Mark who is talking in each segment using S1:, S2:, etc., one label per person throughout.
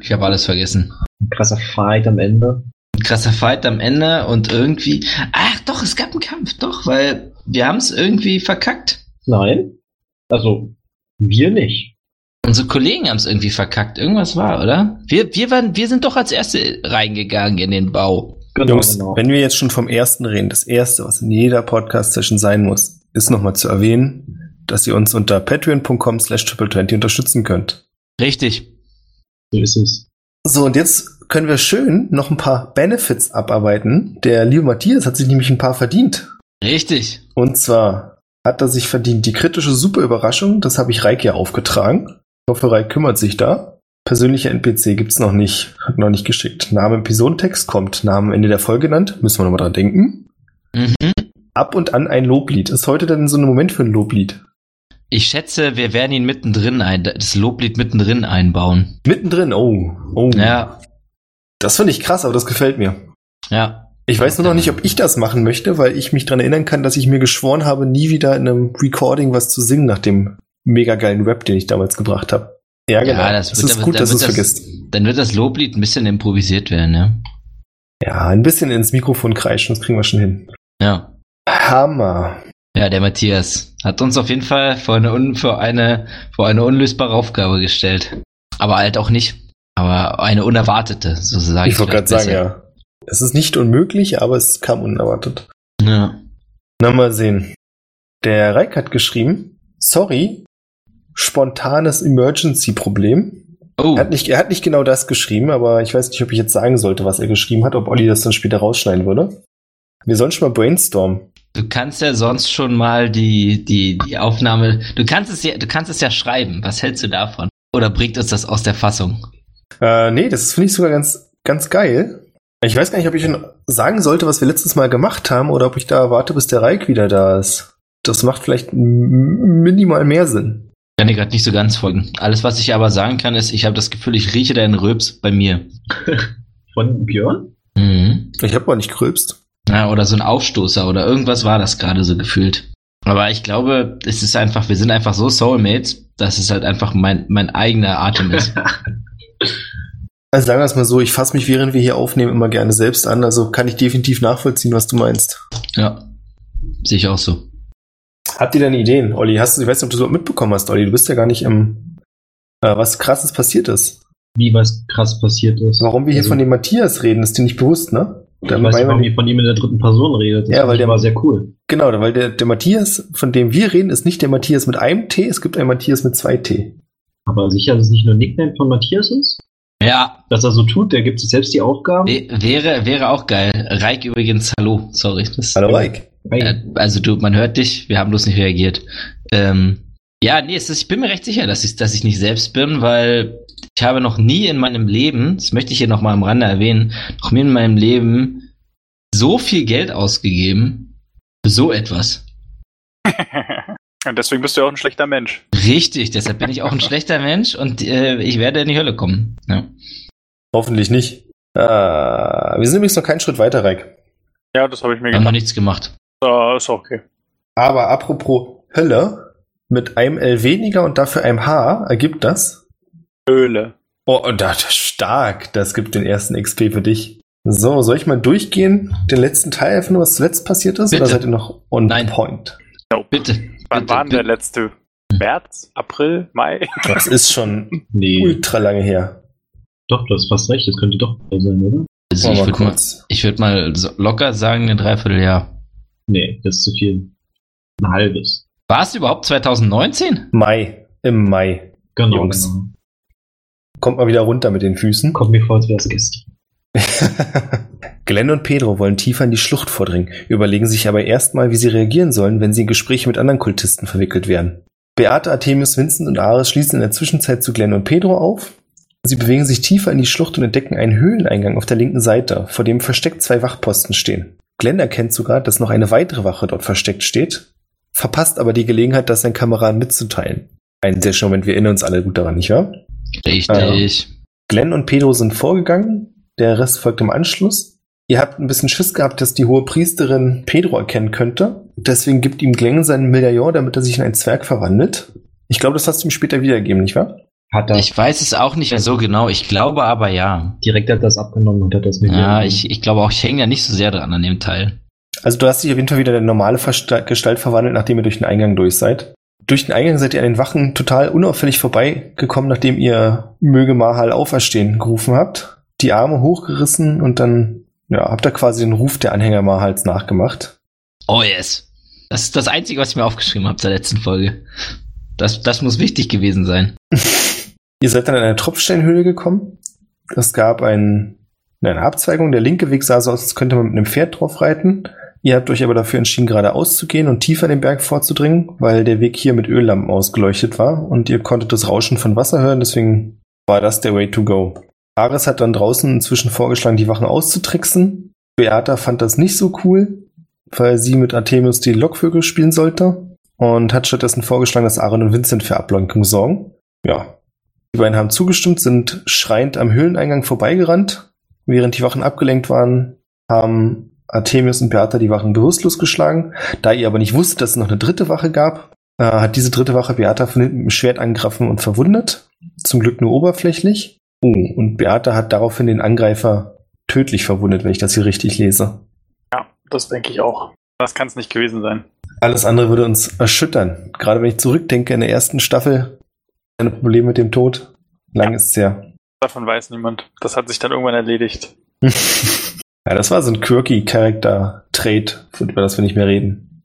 S1: Ich habe alles vergessen.
S2: Ein krasser Fight am Ende.
S1: Ein krasser Fight am Ende und irgendwie. Ach doch, es gab einen Kampf, doch, weil wir haben es irgendwie verkackt.
S2: Nein. Also, wir nicht.
S1: Unsere Kollegen haben es irgendwie verkackt. Irgendwas war, oder? Wir, wir, waren, wir sind doch als Erste reingegangen in den Bau.
S2: Genau,
S3: Jungs,
S2: genau.
S3: wenn wir jetzt schon vom ersten reden, das erste, was in jeder Podcast-Session sein muss, ist nochmal zu erwähnen, dass ihr uns unter patreon.com slash triple20 unterstützen könnt.
S1: Richtig.
S2: So ist es.
S3: So, und jetzt können wir schön noch ein paar Benefits abarbeiten. Der Leo Matthias hat sich nämlich ein paar verdient.
S1: Richtig.
S3: Und zwar hat er sich verdient die kritische Superüberraschung, das habe ich Reik ja aufgetragen. Ich hoffe, Reik kümmert sich da. Persönlicher NPC gibt's noch nicht, hat noch nicht geschickt. Name im Episodentext kommt, Name Ende der Folge genannt, müssen wir nochmal dran denken.
S1: Mhm.
S3: Ab und an ein Loblied. Ist heute denn so ein Moment für ein Loblied?
S1: Ich schätze, wir werden ihn mittendrin ein, das Loblied mittendrin einbauen.
S3: Mittendrin, oh, oh.
S1: Ja,
S3: Das finde ich krass, aber das gefällt mir.
S1: ja.
S3: Ich weiß nur noch nicht, ob ich das machen möchte, weil ich mich dran erinnern kann, dass ich mir geschworen habe, nie wieder in einem Recording was zu singen nach dem mega geilen Rap, den ich damals gebracht habe. Ja, genau.
S1: das
S3: es
S1: wird
S3: ist
S1: aber-
S3: gut,
S1: dann
S3: dass du
S1: wird
S3: es
S1: das-
S3: vergisst.
S1: Dann wird das Loblied ein bisschen improvisiert werden, ja.
S3: Ja, ein bisschen ins Mikrofon kreischen, das kriegen wir schon hin.
S1: Ja.
S3: Hammer.
S1: Ja, der Matthias hat uns auf jeden Fall vor eine, un, vor eine, vor eine unlösbare Aufgabe gestellt. Aber halt auch nicht. Aber eine unerwartete, sozusagen.
S3: ich wollte gerade sagen, ja. Es ist nicht unmöglich, aber es kam unerwartet.
S1: ja. ja.
S3: Na, mal sehen. Der Reik hat geschrieben, sorry, spontanes Emergency-Problem.
S1: Oh,
S3: Er hat, nicht, er hat nicht genau das geschrieben, aber ich weiß nicht, ob ich jetzt sagen sollte, was er geschrieben hat, ob Olli das dann später rausschneiden würde. Wir sollen schon mal brainstormen.
S1: du kannst ja sonst schon mal die, die, die Aufnahme. Du kannst es ja, du kannst es ja schreiben. Was hältst du davon? Oder bringt uns das aus der Fassung?
S3: Äh, nee, das finde ich sogar ganz, ganz geil. Ich weiß gar nicht, ob ich schon sagen sollte, was wir letztes Mal gemacht haben, oder ob ich da warte, bis der Reik wieder da ist. Das macht vielleicht m- minimal mehr Sinn.
S1: Kann dir gerade nicht so ganz folgen. Alles, was ich aber sagen kann, ist, ich habe das Gefühl, ich rieche deinen Röps bei mir.
S2: Von Björn?
S1: Mhm.
S3: Ich habe mal nicht gröbst.
S1: Ja, oder so ein Aufstoßer oder irgendwas war das gerade so gefühlt. Aber ich glaube, es ist einfach, wir sind einfach so Soulmates, dass es halt einfach mein, mein eigener Atem ist.
S3: Also sagen wir es mal so, ich fasse mich, während wir hier aufnehmen, immer gerne selbst an, also kann ich definitiv nachvollziehen, was du meinst.
S1: ja. Sehe ich auch so.
S3: Habt ihr denn Ideen, Olli? Hast du, ich weiß nicht, ob du so mitbekommen hast, Olli. Du bist ja gar nicht im, äh, was krasses passiert ist.
S2: Wie was krass passiert ist.
S3: Warum wir hier
S2: Also,
S3: von dem Matthias reden, ist dir nicht bewusst, ne?
S2: Ich
S3: Da
S2: weiß nicht,
S3: weil
S2: warum ihr von ihm in der dritten Person redet.
S3: Ja, weil der-
S2: war sehr cool.
S3: genau, weil der, der Matthias, von dem wir reden, ist nicht der Matthias mit einem T, es gibt einen Matthias mit zwei T.
S2: Aber sicher, dass es nicht nur ein Nickname von Matthias ist?
S1: Ja,
S2: Dass er so tut, der gibt sich selbst die Aufgaben.
S1: wä- wäre, wäre auch geil. Reik übrigens, hallo, sorry. Das,
S2: Genau.
S3: Hallo, Mike.
S1: Äh, also du, man hört dich, wir haben bloß nicht reagiert. Ähm, ja, nee, es ist, ich bin mir recht sicher, dass ich, dass ich nicht selbst bin, weil ich habe noch nie in meinem Leben, das möchte ich hier nochmal am Rande erwähnen, noch nie in meinem Leben so viel Geld ausgegeben für so etwas.
S4: Und deswegen bist du ja auch ein schlechter Mensch.
S1: Richtig, deshalb bin ich auch ein schlechter Mensch und äh, ich werde in die Hölle kommen. ne? Ja.
S3: Hoffentlich nicht. Äh, wir sind übrigens noch keinen Schritt weiter, Reik.
S4: Ja, das habe ich mir
S1: Wir haben noch
S4: gedacht.
S1: nichts gemacht.
S4: Ah, ist okay.
S3: Aber apropos Hölle, mit einem L weniger und dafür einem H ergibt das.
S4: Höhle.
S3: Oh, und das ist stark. Das gibt den ersten XP für dich. So, soll ich mal durchgehen? Den letzten Teil einfach nur, was zuletzt passiert ist?
S1: Bitte.
S3: Oder seid ihr noch on
S1: Nein.
S3: point?
S1: Bitte.
S4: Wann
S1: bitte,
S4: war denn der
S1: bitte.
S4: letzte?
S1: Hm.
S4: März? April? Mai?
S3: Das ist schon
S2: nee.
S3: ultra lange her.
S2: Doch, du hast fast recht, das könnte doch sein, oder?
S1: Also
S3: Machen
S1: ich
S3: wir
S1: würde mal,
S3: kurz.
S1: ich würd mal so locker sagen, ein Dreivierteljahr.
S2: Nee, das ist zu viel. Ein halbes.
S1: War es überhaupt 2019?
S3: Mai. Im Mai.
S2: Genau.
S3: Jungs.
S2: genau.
S3: Kommt mal wieder runter mit den Füßen.
S2: Kommt mir vor, als wäre es gestern.
S3: Glenn und Pedro wollen tiefer in die Schlucht vordringen, überlegen sich aber erstmal, wie sie reagieren sollen, wenn sie in Gespräche mit anderen Kultisten verwickelt werden. Beate, Artemis, Vincent und Ares schließen in der Zwischenzeit zu Glenn und Pedro auf. Sie bewegen sich tiefer in die Schlucht und entdecken einen Höhleneingang auf der linken Seite, vor dem versteckt zwei Wachposten stehen. Glenn erkennt sogar, dass noch eine weitere Wache dort versteckt steht, verpasst aber die Gelegenheit, das seinen Kameraden mitzuteilen. Ein sehr schöner Moment, wir erinnern uns alle gut daran, nicht wahr?
S1: Richtig.
S3: Glenn und Pedro sind vorgegangen, der Rest folgt im Anschluss. Ihr habt ein bisschen Schiss gehabt, dass die hohe Priesterin Pedro erkennen könnte. Deswegen gibt ihm Glenn seinen Medaillon, damit er sich in einen Zwerg verwandelt. Ich glaube, das hast du ihm später wiedergegeben, nicht wahr?
S2: Hat das
S1: Ich weiß es auch nicht mehr so genau. Ich glaube aber ja.
S2: direkt hat das abgenommen und hat das mit
S1: Ja,
S2: mir-
S1: ich, ich glaube auch, ich hänge da nicht so sehr dran an dem Teil.
S3: Also du hast dich auf jeden Fall wieder in eine normale Versta Gestalt verwandelt, nachdem ihr durch den Eingang durch seid. Durch den Eingang seid ihr an den Wachen total unauffällig vorbeigekommen, nachdem ihr Möge Mahal auferstehen gerufen habt. Die Arme hochgerissen und dann ja, habt ihr quasi den Ruf der Anhänger Mahals nachgemacht.
S1: Oh yes. Das ist das Einzige, was ich mir aufgeschrieben habe zur letzten Folge. Das, das muss wichtig gewesen sein.
S3: Ihr seid dann in eine Tropfsteinhöhle gekommen. Es gab ein, eine Abzweigung. Der linke Weg sah so aus, als könnte man mit einem Pferd drauf reiten. Ihr habt euch aber dafür entschieden, geradeaus zu gehen und tiefer den Berg vorzudringen, weil der Weg hier mit Öllampen ausgeleuchtet war und ihr konntet das Rauschen von Wasser hören, deswegen war das der Way to go. Ares hat dann draußen inzwischen vorgeschlagen, die Wachen auszutricksen. Beata fand das nicht so cool, weil sie mit Artemis die Lockvögel spielen sollte und hat stattdessen vorgeschlagen, dass Aaron und Vincent für Ablenkung sorgen. Ja, die beiden haben zugestimmt, sind schreiend am Höhleneingang vorbeigerannt. Während die Wachen abgelenkt waren, haben Artemius und Beata die Wachen bewusstlos geschlagen. Da ihr aber nicht wusstet, dass es noch eine dritte Wache gab, äh, hat diese dritte Wache Beata von hinten mit dem Schwert angegriffen und verwundet. Zum Glück nur oberflächlich. Oh, und Beata hat daraufhin den Angreifer tödlich verwundet, wenn ich das hier richtig lese.
S5: Ja, das denke ich auch.
S4: Das kann es nicht gewesen sein.
S3: Alles andere würde uns erschüttern. Gerade wenn ich zurückdenke in der ersten Staffel, ein Problem mit dem Tod. Lang ist's her.
S4: Davon weiß niemand. Das hat sich dann irgendwann erledigt.
S3: Ja, das war so ein quirky Charakter-Trait, über das wir nicht mehr reden.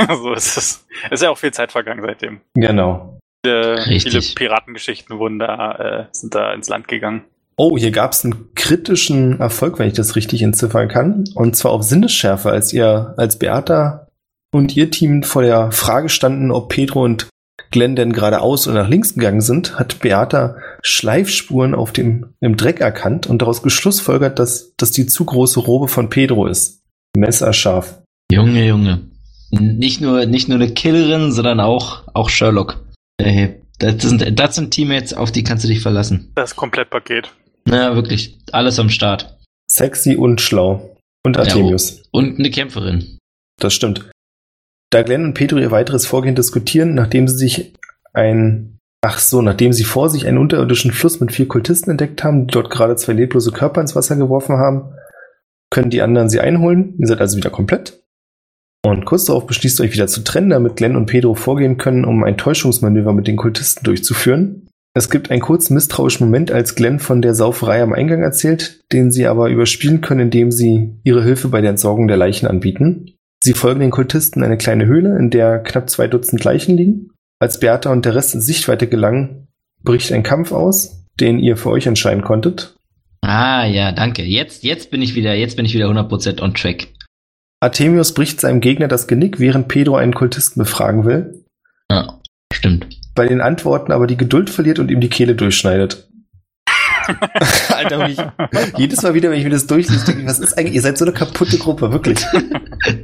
S4: so ist Also, es. Ist ja auch viel Zeit vergangen seitdem.
S3: Genau.
S4: Viele, viele
S1: Richtig.
S4: Piratengeschichten wurden da, äh, sind da ins Land gegangen.
S3: Oh, hier gab es einen kritischen Erfolg, wenn ich das richtig entziffern kann. Und zwar auf Sinnesschärfe, als ihr, als Beata und ihr Team vor der Frage standen, ob Pedro und Glenn denn geradeaus oder nach links gegangen sind, hat Beata Schleifspuren auf dem, im Dreck erkannt und daraus geschlussfolgert, dass das die zu große Robe von Pedro ist. Messerscharf.
S1: Junge, Junge. Nicht nur, nicht nur eine Killerin, sondern auch, auch Sherlock. Ey, das sind, das sind Teammates, auf die kannst du dich verlassen.
S4: Das Komplettpaket.
S1: Na, wirklich. Alles am Start.
S3: Sexy und schlau. Und Artemius.
S1: Und eine Kämpferin.
S3: Das stimmt. Da Glenn und Pedro ihr weiteres Vorgehen diskutieren, nachdem sie sich ein, ach so, nachdem sie vor sich einen unterirdischen Fluss mit vier Kultisten entdeckt haben, die dort gerade zwei leblose Körper ins Wasser geworfen haben, können die anderen sie einholen. Ihr seid also wieder komplett. Und kurz darauf beschließt ihr euch wieder zu trennen, damit Glenn und Pedro vorgehen können, um ein Täuschungsmanöver mit den Kultisten durchzuführen. Es gibt einen kurzen misstrauischen Moment, als Glenn von der Sauferei am Eingang erzählt, den sie aber überspielen können, indem sie ihre Hilfe bei der Entsorgung der Leichen anbieten. Sie folgen den Kultisten in eine kleine Höhle, in der knapp zwei Dutzend Leichen liegen. Als Beata und der Rest in Sichtweite gelangen, bricht ein Kampf aus, den ihr für euch entscheiden konntet.
S1: Ah, ja, danke. Jetzt, jetzt bin ich wieder, jetzt bin ich wieder 100% on track.
S3: Artemius bricht seinem Gegner das Genick, während Pedro einen Kultisten befragen will,
S1: Ja, stimmt.
S3: bei den Antworten aber die Geduld verliert und ihm die Kehle durchschneidet. Alter, wirklich. jedes Mal wieder, wenn ich mir das durchlese, denke ich, was ist eigentlich, ihr seid so eine kaputte Gruppe, wirklich.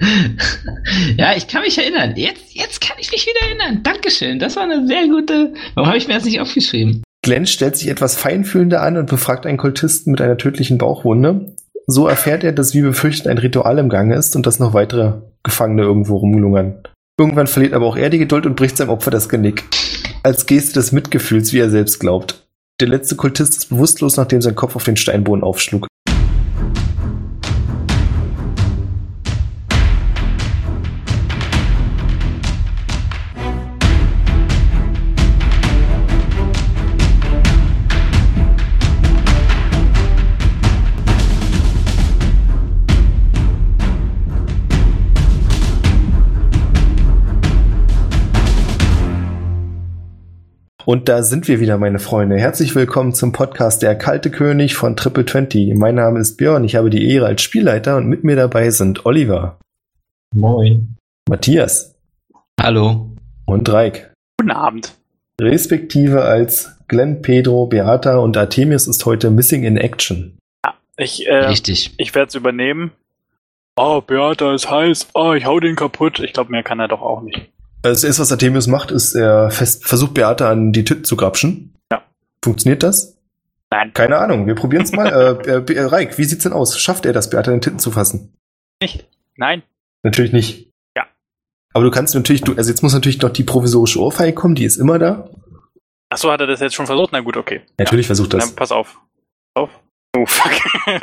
S1: ja, ich kann mich erinnern. Jetzt, jetzt kann ich mich wieder erinnern. Dankeschön. Das war eine sehr gute. Warum habe ich mir das nicht aufgeschrieben?
S3: Glenn stellt sich etwas feinfühlender an und befragt einen Kultisten mit einer tödlichen Bauchwunde. So erfährt er, dass wie befürchtet ein Ritual im Gange ist und dass noch weitere Gefangene irgendwo rumlungern. Irgendwann verliert aber auch er die Geduld und bricht seinem Opfer das Genick. Als Geste des Mitgefühls, wie er selbst glaubt. Der letzte Kultist ist bewusstlos, nachdem sein Kopf auf den Steinboden aufschlug. Und da sind wir wieder, meine Freunde. Herzlich willkommen zum Podcast Der kalte König von Triple 20. Mein Name ist Björn, ich habe die Ehre als Spielleiter und mit mir dabei sind Oliver,
S2: Moin.
S3: Matthias
S1: Hallo.
S3: und Dreik.
S4: Guten Abend.
S3: respektive als Glenn, Pedro, Beata und Artemius ist heute Missing in Action.
S4: Ich, äh,
S1: Richtig.
S4: ich werde es übernehmen. Oh, Beata ist heiß. Oh, ich hau den kaputt. Ich glaube, mehr kann er doch auch nicht.
S3: Also Das erste, was Artemius macht, ist, er fest, versucht Beata an die Titten zu grapschen.
S4: Ja.
S3: Funktioniert das?
S4: Nein.
S3: Keine Ahnung, wir probieren es mal. äh, äh, Be- äh, Reik, wie sieht's denn aus? Schafft er das, Beata an den Titten zu fassen?
S4: Nein.
S3: Natürlich nicht.
S4: Ja.
S3: Aber du kannst natürlich, du, also jetzt muss natürlich noch die provisorische Ohrfeige kommen, die ist immer da.
S4: Achso, hat er das jetzt schon versucht? Na gut, okay.
S3: Natürlich versucht
S4: Na,
S3: das.
S4: pass auf. Pass auf. Oh, fuck.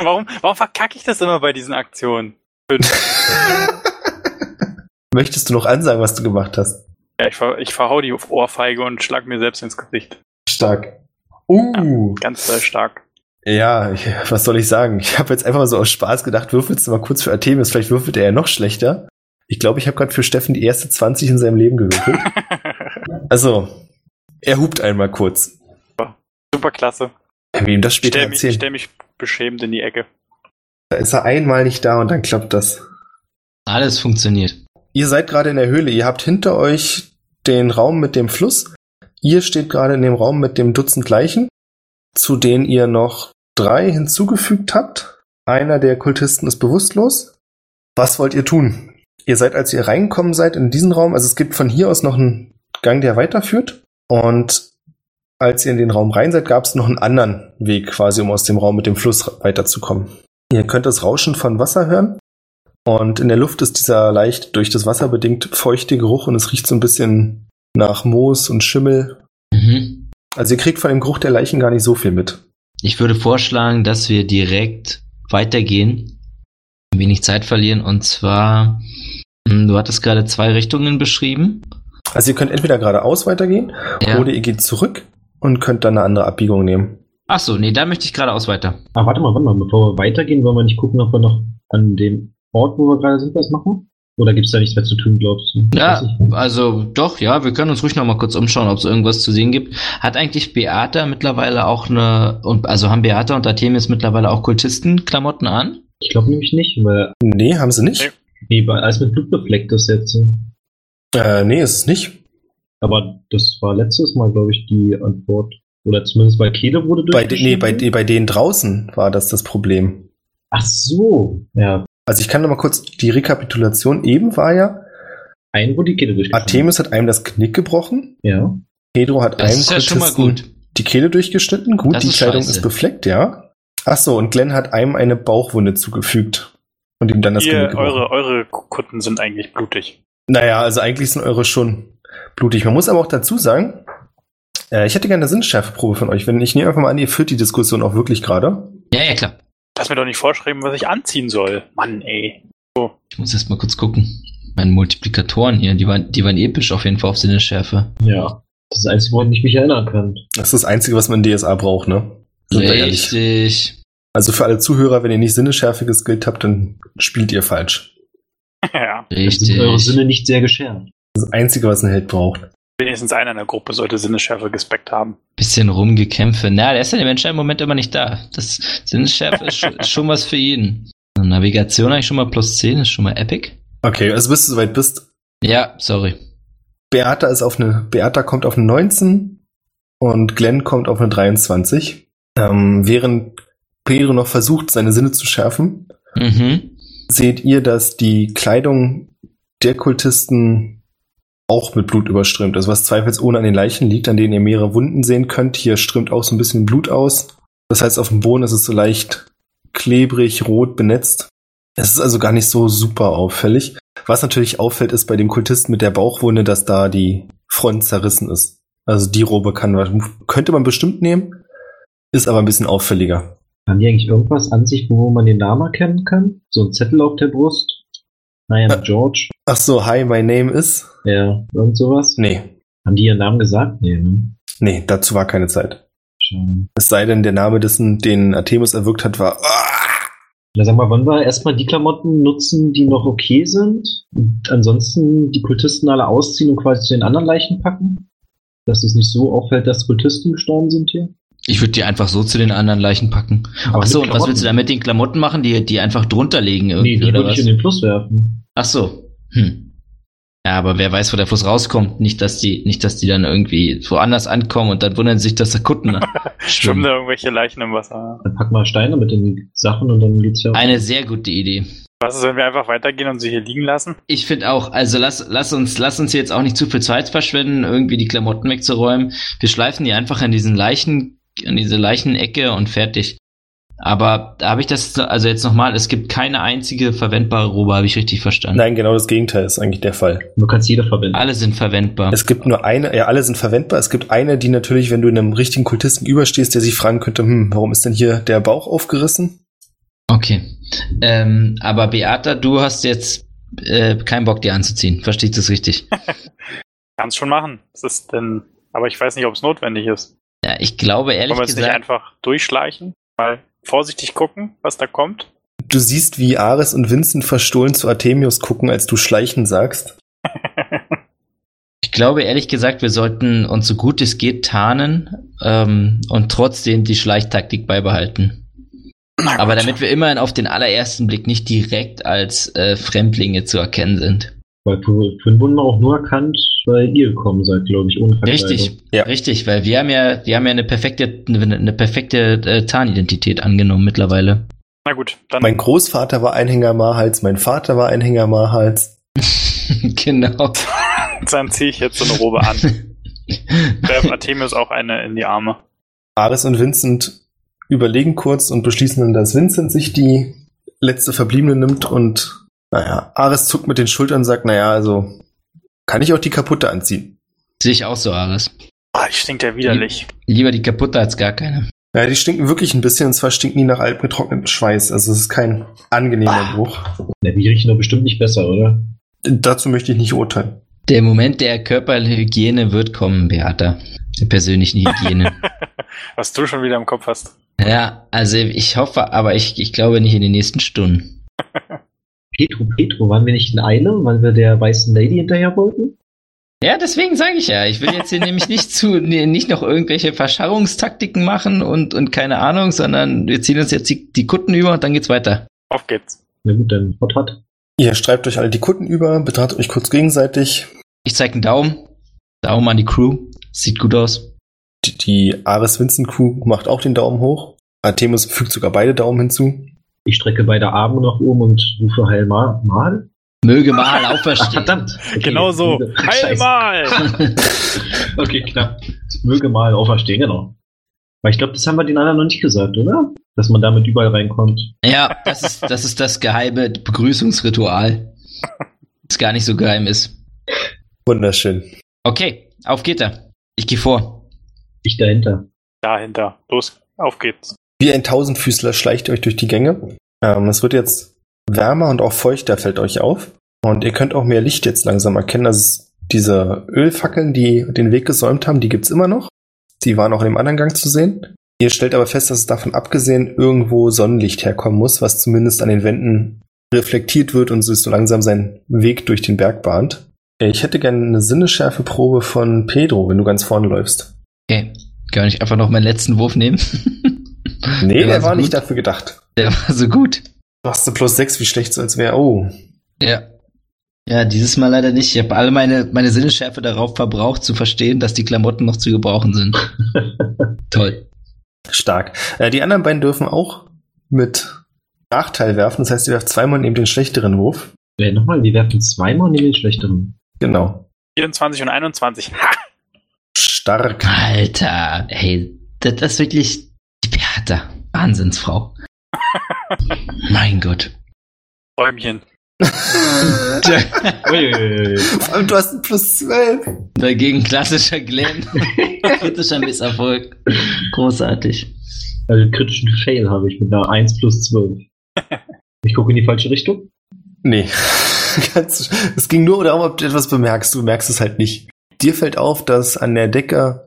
S4: warum, warum verkacke ich das immer bei diesen Aktionen?
S3: Möchtest du noch ansagen, was du gemacht hast?
S4: Ja, ich, ver ich verhau die Ohrfeige und schlag mir selbst ins Gesicht.
S3: Stark. Uh.
S4: Ganz äh, stark.
S3: Ja, ich, was soll ich sagen? Ich habe jetzt einfach mal so aus Spaß gedacht, würfelst du mal kurz für Artemis, vielleicht würfelt er ja noch schlechter. Ich glaube, ich habe gerade für Steffen die erste 20 in seinem Leben gewürfelt. also, er hupt einmal kurz.
S4: Super klasse.
S3: Ich will ihm das
S4: Ich
S3: später
S4: stell, mich, ich
S3: erzählen.
S4: stell mich beschämt in die Ecke.
S3: Da ist er einmal nicht da und dann klappt das.
S1: Alles funktioniert.
S3: Ihr seid gerade in der Höhle. Ihr habt hinter euch den Raum mit dem Fluss. Ihr steht gerade in dem Raum mit dem Dutzend Leichen, zu denen ihr noch drei hinzugefügt habt. Einer der Kultisten ist bewusstlos. Was wollt ihr tun? Ihr seid, als ihr reingekommen seid in diesen Raum, also es gibt von hier aus noch einen Gang, der weiterführt. Und als ihr in den Raum rein seid, gab es noch einen anderen Weg quasi, um aus dem Raum mit dem Fluss weiterzukommen. Ihr könnt das Rauschen von Wasser hören. Und in der Luft ist dieser leicht durch das Wasser bedingt feuchte Geruch und es riecht so ein bisschen nach Moos und Schimmel.
S1: Mhm.
S3: Also ihr kriegt von dem Geruch der Leichen gar nicht so viel mit.
S1: Ich würde vorschlagen, dass wir direkt weitergehen, ein wenig Zeit verlieren und zwar, mh, du hattest gerade zwei Richtungen beschrieben.
S3: Also ihr könnt entweder geradeaus weitergehen
S1: Ja.
S3: oder ihr geht zurück und könnt dann eine andere Abbiegung nehmen.
S1: Achso, nee, da möchte ich geradeaus weiter.
S2: Ah, warte mal, warte mal, bevor wir weitergehen, wollen wir nicht gucken, ob wir noch an dem Ort, wo wir gerade sind, was machen? Oder gibt's da nichts mehr zu tun, glaubst du?
S1: Ja,
S2: Weiß ich nicht.
S1: also doch, ja, wir können uns ruhig noch mal kurz umschauen, ob es irgendwas zu sehen gibt. Hat eigentlich Beata mittlerweile auch eine, und also haben Beata und Artemis mittlerweile auch Kultistenklamotten an?
S2: Ich glaube nämlich nicht, weil
S3: Nee, haben sie nicht?
S2: nee, weil alles mit Blut befleckt ist jetzt. so.
S3: Äh, nee, ist es nicht.
S2: Aber das war letztes Mal, glaube ich, die Antwort. Oder zumindest bei Kehle wurde
S3: Bei, de nee, bei,
S2: durchgeschnitten.
S3: de- bei denen draußen war das das Problem.
S2: Ach so. Ja,
S3: Also ich kann noch mal kurz die Rekapitulation. Eben war ja,
S2: ein wurde die Kehle durchgeschnitten.
S3: Artemis hat einem das Knick gebrochen,
S2: Ja.
S3: Pedro hat
S1: Das
S3: einem
S1: ist ja schon mal
S3: Kultisten-
S1: gut.
S3: die Kehle durchgeschnitten. Gut,
S1: Das
S3: die
S1: ist
S3: Kleidung
S1: scheiße.
S3: ist befleckt, ja. Ach so, und Glenn hat einem eine Bauchwunde zugefügt. Und ihm dann das Genick
S4: Ihr,
S3: gebrochen.
S4: eure, eure Kutten sind eigentlich blutig.
S3: Naja, also eigentlich sind eure schon blutig. Man muss aber auch dazu sagen, äh, ich hätte gerne eine Sinnschärfeprobe von euch. Wenn ich nehme einfach mal an, ihr führt die Diskussion auch wirklich gerade.
S1: Ja, ja, klar.
S4: Lass mir doch nicht vorschreiben, was ich anziehen soll. Mann, ey.
S1: Ich muss erst mal kurz gucken. Meine Multiplikatoren hier, die waren, die waren episch auf jeden Fall auf Sinnesschärfe.
S2: Ja. Das ist das einzige, woran ich mich erinnern kann.
S3: Das ist das Einzige, was man in DSA braucht, ne? Sind wir ehrlich.
S1: Richtig.
S3: Also für alle Zuhörer, wenn ihr nicht Sinneschärfe geskilt habt, dann spielt ihr falsch.
S4: ja.
S2: Dann sind eure
S1: Richtig.
S2: Sinne nicht sehr geschärft.
S3: Das ist das Einzige, was ein Held braucht.
S4: Wenigstens einer in der Gruppe sollte Sinnesschärfe gespeckt haben.
S1: Bisschen rumgekämpfe. Na, der ist ja im entscheidenden Moment immer nicht da. Das Sinnesschärfe ist schon, ist schon was für jeden. Navigation eigentlich schon mal plus 10, ist schon mal epic.
S3: Okay, also bis du soweit bist,
S1: Ja, sorry.
S3: Beata ist auf eine, Beata kommt auf eine 19 und Glenn kommt auf eine 23. Ähm, während Pedro noch versucht, seine Sinne zu schärfen,
S1: Mhm.
S3: seht ihr, dass die Kleidung der Kultisten auch mit Blut überströmt ist, was zweifelsohne an den Leichen liegt, an denen ihr mehrere Wunden sehen könnt. Hier strömt auch so ein bisschen Blut aus. Das heißt, auf dem Boden ist es so leicht klebrig, rot benetzt. Es ist also gar nicht so super auffällig. Was natürlich auffällt, ist bei dem Kultisten mit der Bauchwunde, dass da die Front zerrissen ist. Also die Robe kann, könnte man bestimmt nehmen, ist aber ein bisschen auffälliger.
S2: Haben die eigentlich irgendwas an sich, wo man den Namen erkennen kann? So ein Zettel auf der Brust? Naja,
S3: Ä-
S2: George.
S3: Ach so, hi, my name is.
S2: Ja, irgend sowas?
S3: Nee,
S2: Haben die ihren Namen gesagt? Nee, ne?
S3: nee, dazu war keine Zeit.
S2: Schade.
S3: Es sei denn, der Name dessen, den Artemis erwürgt hat, war. ah!
S2: Na sag mal, wollen wir erstmal die Klamotten nutzen, die noch okay sind? Und ansonsten die Kultisten alle ausziehen und quasi zu den anderen Leichen packen? Dass es nicht so auffällt, dass Kultisten gestorben sind hier?
S1: Ich würde die einfach so zu den anderen Leichen packen.
S2: Aber
S1: Ach so,
S2: mit
S1: und was willst du
S2: Klamotten?
S1: dann mit den Klamotten machen, die, die einfach drunter liegen irgendwie,
S2: Nee, die
S1: oder
S2: würde ich in
S1: was?
S2: den Fluss werfen.
S1: Ach so. Hm. Ja, aber wer weiß, wo der Fluss rauskommt. Nicht, dass die, nicht, dass die dann irgendwie woanders ankommen und dann wundern sich, dass da Kutten
S3: Hm.
S4: Schwimmen
S1: schwimmen.
S4: da irgendwelche Leichen im Wasser.
S2: Dann packen wir Steine mit in die Sachen und dann geht's ja.
S1: Eine sehr gute Idee.
S4: Was ist, wenn wir einfach weitergehen und sie hier liegen lassen?
S1: Ich finde auch, also lass, lass uns, lass uns jetzt auch nicht zu viel Zeit verschwenden, irgendwie die Klamotten wegzuräumen. Wir schleifen die einfach an diesen Leichen, an diese Leichenecke und fertig. Aber da habe ich das, also jetzt nochmal, es gibt keine einzige verwendbare Robe, habe ich richtig verstanden.
S3: Nein, genau das Gegenteil ist eigentlich der Fall.
S2: Du kannst jeder verwenden.
S1: Alle sind verwendbar.
S3: Es gibt nur eine, ja, alle sind verwendbar. Es gibt eine, die natürlich, wenn du einem richtigen Kultisten überstehst, der sich fragen könnte, hm, warum ist denn hier der Bauch aufgerissen?
S1: Okay. Ähm, aber Beata, du hast jetzt äh, keinen Bock, dir anzuziehen. Verstehe ich das richtig?
S5: Kannst schon machen. Es ist denn, aber ich weiß nicht, ob es notwendig ist.
S1: Ja, ich glaube ehrlich
S5: Wollen wir es nicht
S1: gesagt.
S5: einfach durchschleichen? Mal vorsichtig gucken, was da kommt.
S3: Du siehst, wie Ares und Vincent verstohlen zu Artemius gucken, als du schleichen sagst.
S1: Ich glaube ehrlich gesagt, wir sollten uns so gut es geht tarnen ähm, und trotzdem die Schleichtaktik beibehalten.
S5: Na gut.
S1: Aber damit wir immerhin auf den allerersten Blick nicht direkt als äh, Fremdlinge zu erkennen sind.
S2: Weil Finn wurden auch nur erkannt, weil ihr gekommen seid, glaube ich, ohne Verkleidung.
S1: Richtig,
S3: Ja.
S1: richtig, weil wir haben ja, wir haben ja eine perfekte, eine, eine perfekte äh, Tarnidentität angenommen mittlerweile.
S5: Na gut, dann
S3: Mein Großvater war Einhänger Mahals, mein Vater war Einhänger Mahals.
S1: genau.
S5: Dann ziehe ich jetzt so eine Robe an. Werf Artemis auch eine in die Arme.
S3: Ares und Vincent überlegen kurz und beschließen dann, dass Vincent sich die letzte Verbliebene nimmt und, naja, Ares zuckt mit den Schultern und sagt, naja, also, kann ich auch die kaputte anziehen?
S1: Sehe ich auch so, Ares.
S5: Oh, die stinkt ja widerlich.
S1: Lieber die kaputte als gar keine.
S3: Ja, die stinken wirklich ein bisschen, und zwar stinken die nach altem getrocknetem Schweiß, also es ist kein angenehmer Geruch.
S2: Na, die riechen doch bestimmt nicht besser, oder?
S3: Dazu möchte ich nicht urteilen.
S1: Der Moment der Körperhygiene wird kommen, Beata. Der persönlichen Hygiene.
S5: was du schon wieder im Kopf hast.
S1: ja, also ich hoffe, aber ich, ich glaube nicht in den nächsten Stunden.
S2: Petro, Petro, waren wir nicht in Eile, weil wir der weißen Lady hinterher wollten?
S1: Ja, deswegen sage ich ja. Ich will jetzt hier nämlich nicht zu, nee, nicht noch irgendwelche Verscharrungstaktiken machen und, und keine Ahnung, sondern wir ziehen uns jetzt die, die Kutten über und dann geht's weiter.
S5: Auf geht's.
S2: Na gut, dann hot hot.
S3: Ihr streibt euch alle die Kunden über, betrachtet euch kurz gegenseitig.
S1: Ich zeige einen Daumen. Daumen an die Crew. Sieht gut aus.
S3: Die, die Ares Vincent Crew macht auch den Daumen hoch. Artemis fügt sogar beide Daumen hinzu.
S2: Ich strecke beide Arme nach oben und rufe Heil Ma- Mal.
S1: Möge mal auferstehen.
S2: Okay.
S5: Genau so.
S2: Scheiße.
S5: Einmal!
S2: okay, knapp. Möge mal auferstehen, genau. Weil ich glaube, das haben wir den anderen noch nicht gesagt, oder? Dass man damit überall reinkommt.
S1: Ja, das ist, das ist das geheime Begrüßungsritual. Das gar nicht so geheim ist.
S3: Wunderschön.
S1: Okay, auf geht er. Ich gehe vor.
S2: Ich dahinter.
S5: Dahinter. Los, auf geht's.
S3: Wie ein Tausendfüßler schleicht ihr euch durch die Gänge. Ähm, es wird jetzt wärmer und auch feuchter, fällt euch auf. Und ihr könnt auch mehr Licht jetzt langsam erkennen. Also diese Ölfackeln, die den Weg gesäumt haben, die gibt's immer noch. Die waren auch in dem anderen Gang zu sehen. Ihr stellt aber fest, dass es davon abgesehen irgendwo Sonnenlicht herkommen muss, was zumindest an den Wänden reflektiert wird und so so langsam seinen Weg durch den Berg bahnt. Ich hätte gerne eine Sinneschärfeprobe von Pedro, wenn du ganz vorne läufst.
S1: Okay, kann ich einfach noch meinen letzten Wurf nehmen?
S3: Nee, der
S1: so
S3: war nicht
S1: gut.
S3: dafür gedacht.
S1: Der war so gut.
S3: Machst du plus sechs, wie schlecht so als wäre. Oh.
S1: Ja. Ja, dieses Mal leider nicht. Ich habe alle meine, meine Sinnesschärfe darauf verbraucht, zu verstehen, dass die Klamotten noch zu gebrauchen sind. Toll.
S3: Stark. Äh, die anderen beiden dürfen auch mit Nachteil werfen. Das heißt, ihr werft zweimal eben den schlechteren Wurf.
S2: Äh, nochmal, wir werfen zweimal um. und nehmen den schlechteren.
S3: Genau.
S5: 24 und 21. Ha!
S3: Stark.
S1: Alter, hey, das das ist wirklich die Beata. Wahnsinnsfrau. mein Gott.
S5: Bäumchen.
S3: Vor
S2: Uiuiui.
S3: allem, du hast ein plus zwölf.
S1: Dagegen klassischer Glenn. Kritischer Misserfolg. Großartig.
S2: Also kritischen Fail habe ich mit einer 1 plus 12. Ich gucke in die falsche Richtung.
S3: Nee. Ganz, es ging nur darum, ob du etwas bemerkst. Du merkst es halt nicht. Dir fällt auf, dass an der Decke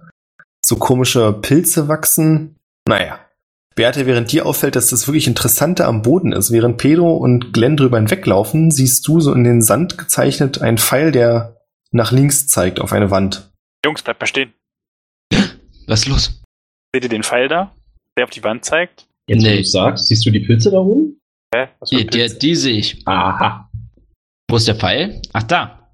S3: so komische Pilze wachsen. Naja. Beate, während dir auffällt, dass das wirklich Interessante am Boden ist, während Pedro und Glenn drüber hinweglaufen, siehst du so in den Sand gezeichnet einen Pfeil, der nach links zeigt auf eine Wand.
S5: Jungs, bleibt mal stehen.
S1: Was ist los?
S5: Seht ihr den Pfeil da? Der auf die Wand zeigt?
S2: Jetzt,
S1: Nee.
S2: wo du sagst, siehst du die Pilze da oben?
S5: Hä? Was für
S1: Die,
S5: ein
S1: die,
S5: Pilz?
S1: die sehe ich.
S2: Aha.
S1: Wo ist der Pfeil? Ach, da.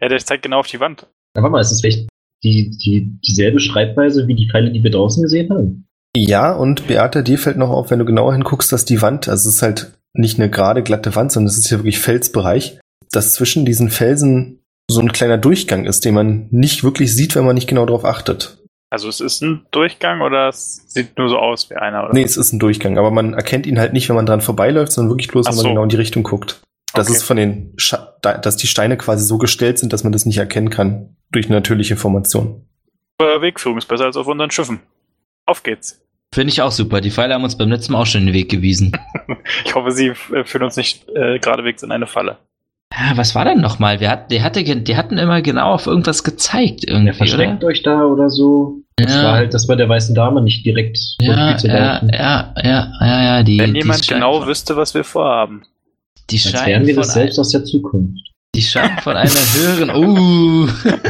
S5: ja, der zeigt genau auf die Wand.
S2: Na, warte mal, ist das vielleicht die, die, dieselbe Schreibweise wie die Pfeile, die wir draußen gesehen haben?
S3: Ja, und Beate, dir fällt noch auf, wenn du genauer hinguckst, dass die Wand, also es ist halt nicht eine gerade glatte Wand, sondern es ist hier wirklich Felsbereich, dass zwischen diesen Felsen so ein kleiner Durchgang ist, den man nicht wirklich sieht, wenn man nicht genau darauf achtet.
S5: Also es ist ein Durchgang oder es sieht nur so aus wie einer? Oder?
S3: Nee, es ist ein Durchgang, aber man erkennt ihn halt nicht, wenn man dran vorbeiläuft, sondern wirklich bloß,
S5: Ach
S3: wenn man
S5: so.
S3: genau in die Richtung guckt. Das
S5: Okay.
S3: ist von den, Scha da- dass die Steine quasi so gestellt sind, dass man das nicht erkennen kann durch eine natürliche Formation.
S5: Über Wegführung ist besser als auf unseren Schiffen. Auf geht's.
S1: Finde ich auch super. Die Pfeile haben uns beim letzten Mal auch schon den Weg gewiesen.
S5: Ich hoffe, Sie äh, führen uns nicht äh, geradewegs in eine Falle.
S1: Ja, Ah, was war denn nochmal? Wir hat, die, hatte, gen- die hatten immer genau auf irgendwas gezeigt
S2: Ja,
S1: irgendwie,
S2: versteckt
S1: oder?
S2: euch da oder so. Das war halt, das war der weißen Dame nicht direkt vor
S1: Ja, äh,
S2: die Tür
S1: ja,
S2: laufen.
S1: ja, ja, ja, ja, die,
S5: Wenn
S1: die
S5: jemand
S1: scheinen-
S5: genau wüsste, was wir vorhaben.
S1: die
S2: Als wären
S1: scheinen,
S2: wir
S1: von
S2: das selbst
S1: ein,
S2: aus der Zukunft.
S1: die scheinen von einer höheren, uh,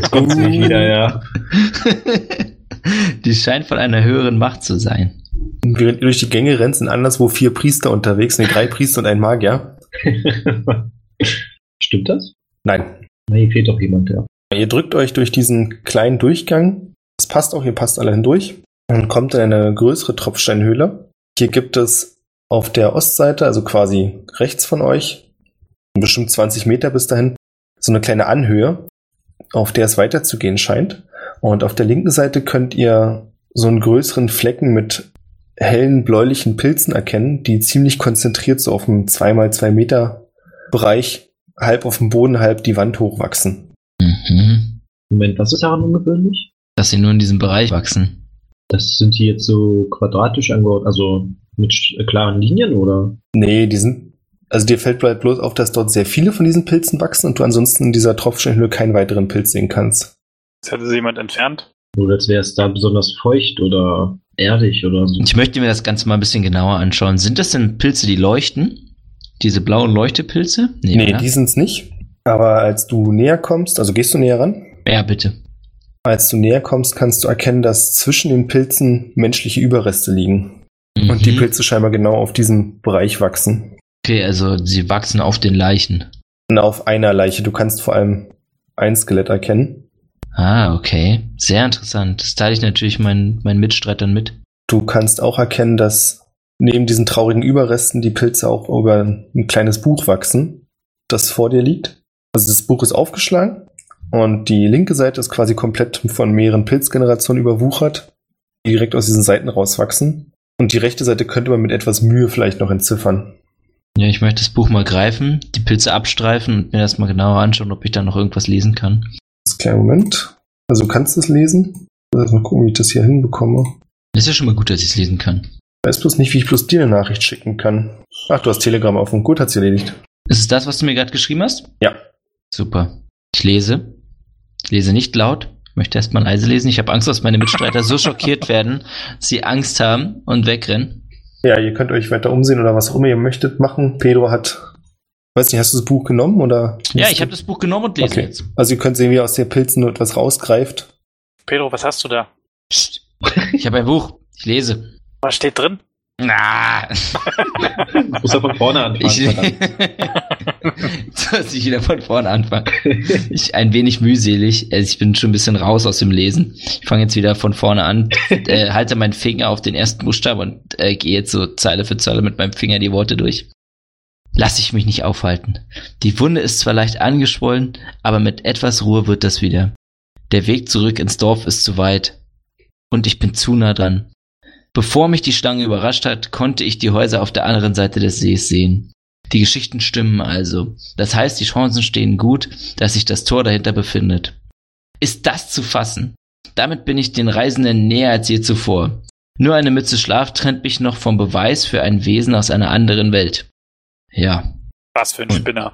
S2: Kommt's nicht wieder, ja.
S1: die scheinen von einer höheren Macht zu sein.
S3: Und während ihr durch die Gänge rennt, sind anderswo vier Priester unterwegs, nee, drei Priester und ein Magier.
S2: Stimmt das?
S3: Nein,
S2: Na, hier fehlt doch jemand, ja.
S3: Ihr drückt euch durch diesen kleinen Durchgang. Das passt auch, ihr passt alle hindurch. Und kommt in eine größere Tropfsteinhöhle. Hier gibt es auf der Ostseite, also quasi rechts von euch, bestimmt 20 Meter bis dahin, so eine kleine Anhöhe, auf der es weiterzugehen scheint. Und auf der linken Seite könnt ihr so einen größeren Flecken mit hellen bläulichen Pilzen erkennen, die ziemlich konzentriert so auf einem 2x2 Meter Bereich halb auf dem Boden, halb die Wand hochwachsen.
S1: Mhm.
S2: Moment, was ist daran ungewöhnlich?
S1: Dass sie nur in diesem Bereich wachsen.
S2: Das sind die jetzt so quadratisch angeordnet, also mit sch- äh, klaren Linien oder?
S3: Nee, die sind. Also dir fällt halt bloß auf, dass dort sehr viele von diesen Pilzen wachsen und du ansonsten in dieser Tropfsteinhöhle keinen weiteren Pilz sehen kannst.
S5: Jetzt hätte sie jemand entfernt.
S2: Nur als wäre es da besonders feucht oder erdig oder so.
S1: Ich möchte mir das Ganze mal ein bisschen genauer anschauen. Sind das denn Pilze, die leuchten? Diese blauen Leuchtepilze?
S3: nee,
S1: oder?
S3: die sind's nicht. Aber als du näher kommst, also gehst du näher ran,
S1: Ja, bitte.
S3: als du näher kommst, kannst du erkennen, dass zwischen den Pilzen menschliche Überreste liegen. Und die
S1: Mhm.
S3: Pilze scheinbar genau auf diesem Bereich wachsen.
S1: Okay, also sie wachsen auf den Leichen.
S3: Und auf einer Leiche. Du kannst vor allem ein Skelett erkennen.
S1: Ah, okay. Sehr interessant. Das teile ich natürlich meinen, meinen Mitstreitern mit.
S3: Du kannst auch erkennen, dass neben diesen traurigen Überresten die Pilze auch über ein kleines Buch wachsen, das vor dir liegt. Also das Buch ist aufgeschlagen und die linke Seite ist quasi komplett von mehreren Pilzgenerationen überwuchert, die direkt aus diesen Seiten rauswachsen. Und die rechte Seite könnte man mit etwas Mühe vielleicht noch entziffern.
S1: Ja, ich möchte das Buch mal greifen, die Pilze abstreifen und mir das mal genauer anschauen, ob ich da noch irgendwas lesen kann.
S3: Jetzt kleinen Moment. Also du kannst es lesen. Also mal gucken, wie ich das hier hinbekomme.
S1: Das ist ja schon mal gut, dass ich es lesen kann.
S3: Ich weiß bloß nicht, wie ich bloß dir eine Nachricht schicken kann. Ach, du hast Telegram offen. Gut, hat's erledigt.
S1: Ist es das, was du mir gerade geschrieben hast?
S3: Ja.
S1: Super. Ich lese. Ich lese nicht laut. Ich möchte erstmal leise lesen. Ich habe Angst, dass meine Mitstreiter so schockiert werden, dass sie Angst haben und wegrennen.
S3: Ja, ihr könnt euch weiter umsehen oder was auch immer ihr möchtet machen. Pedro hat, weiß nicht, hast du das Buch genommen oder?
S1: Ja, ich habe das Buch genommen und lese
S3: Okay.
S1: jetzt.
S3: Also ihr könnt sehen, wie aus den Pilzen nur etwas rausgreift.
S5: Pedro, was hast du da?
S1: Psst. Ich habe ein Buch. Ich lese.
S5: Was steht drin?
S1: Na.
S2: Muss er von vorne anfangen.
S1: Ich,
S2: verdammt.
S1: dass ich wieder von vorne anfange. Ich ein wenig mühselig. Also ich bin schon ein bisschen raus aus dem Lesen. Ich fange jetzt wieder von vorne an, äh, halte meinen Finger auf den ersten Buchstaben und äh, gehe jetzt so Zeile für Zeile mit meinem Finger die Worte durch. Lass ich mich nicht aufhalten. Die Wunde ist zwar leicht angeschwollen, aber mit etwas Ruhe wird das wieder. Der Weg zurück ins Dorf ist zu weit. Und ich bin zu nah dran. Bevor mich die Schlange überrascht hat, konnte ich die Häuser auf der anderen Seite des Sees sehen. Die Geschichten stimmen also. Das heißt, die Chancen stehen gut, dass sich das Tor dahinter befindet. Ist das zu fassen? Damit bin ich den Reisenden näher als je zuvor. Nur eine Mütze Schlaf trennt mich noch vom Beweis für ein Wesen aus einer anderen Welt. Ja,
S5: Was für ein
S1: Ui.
S5: Spinner.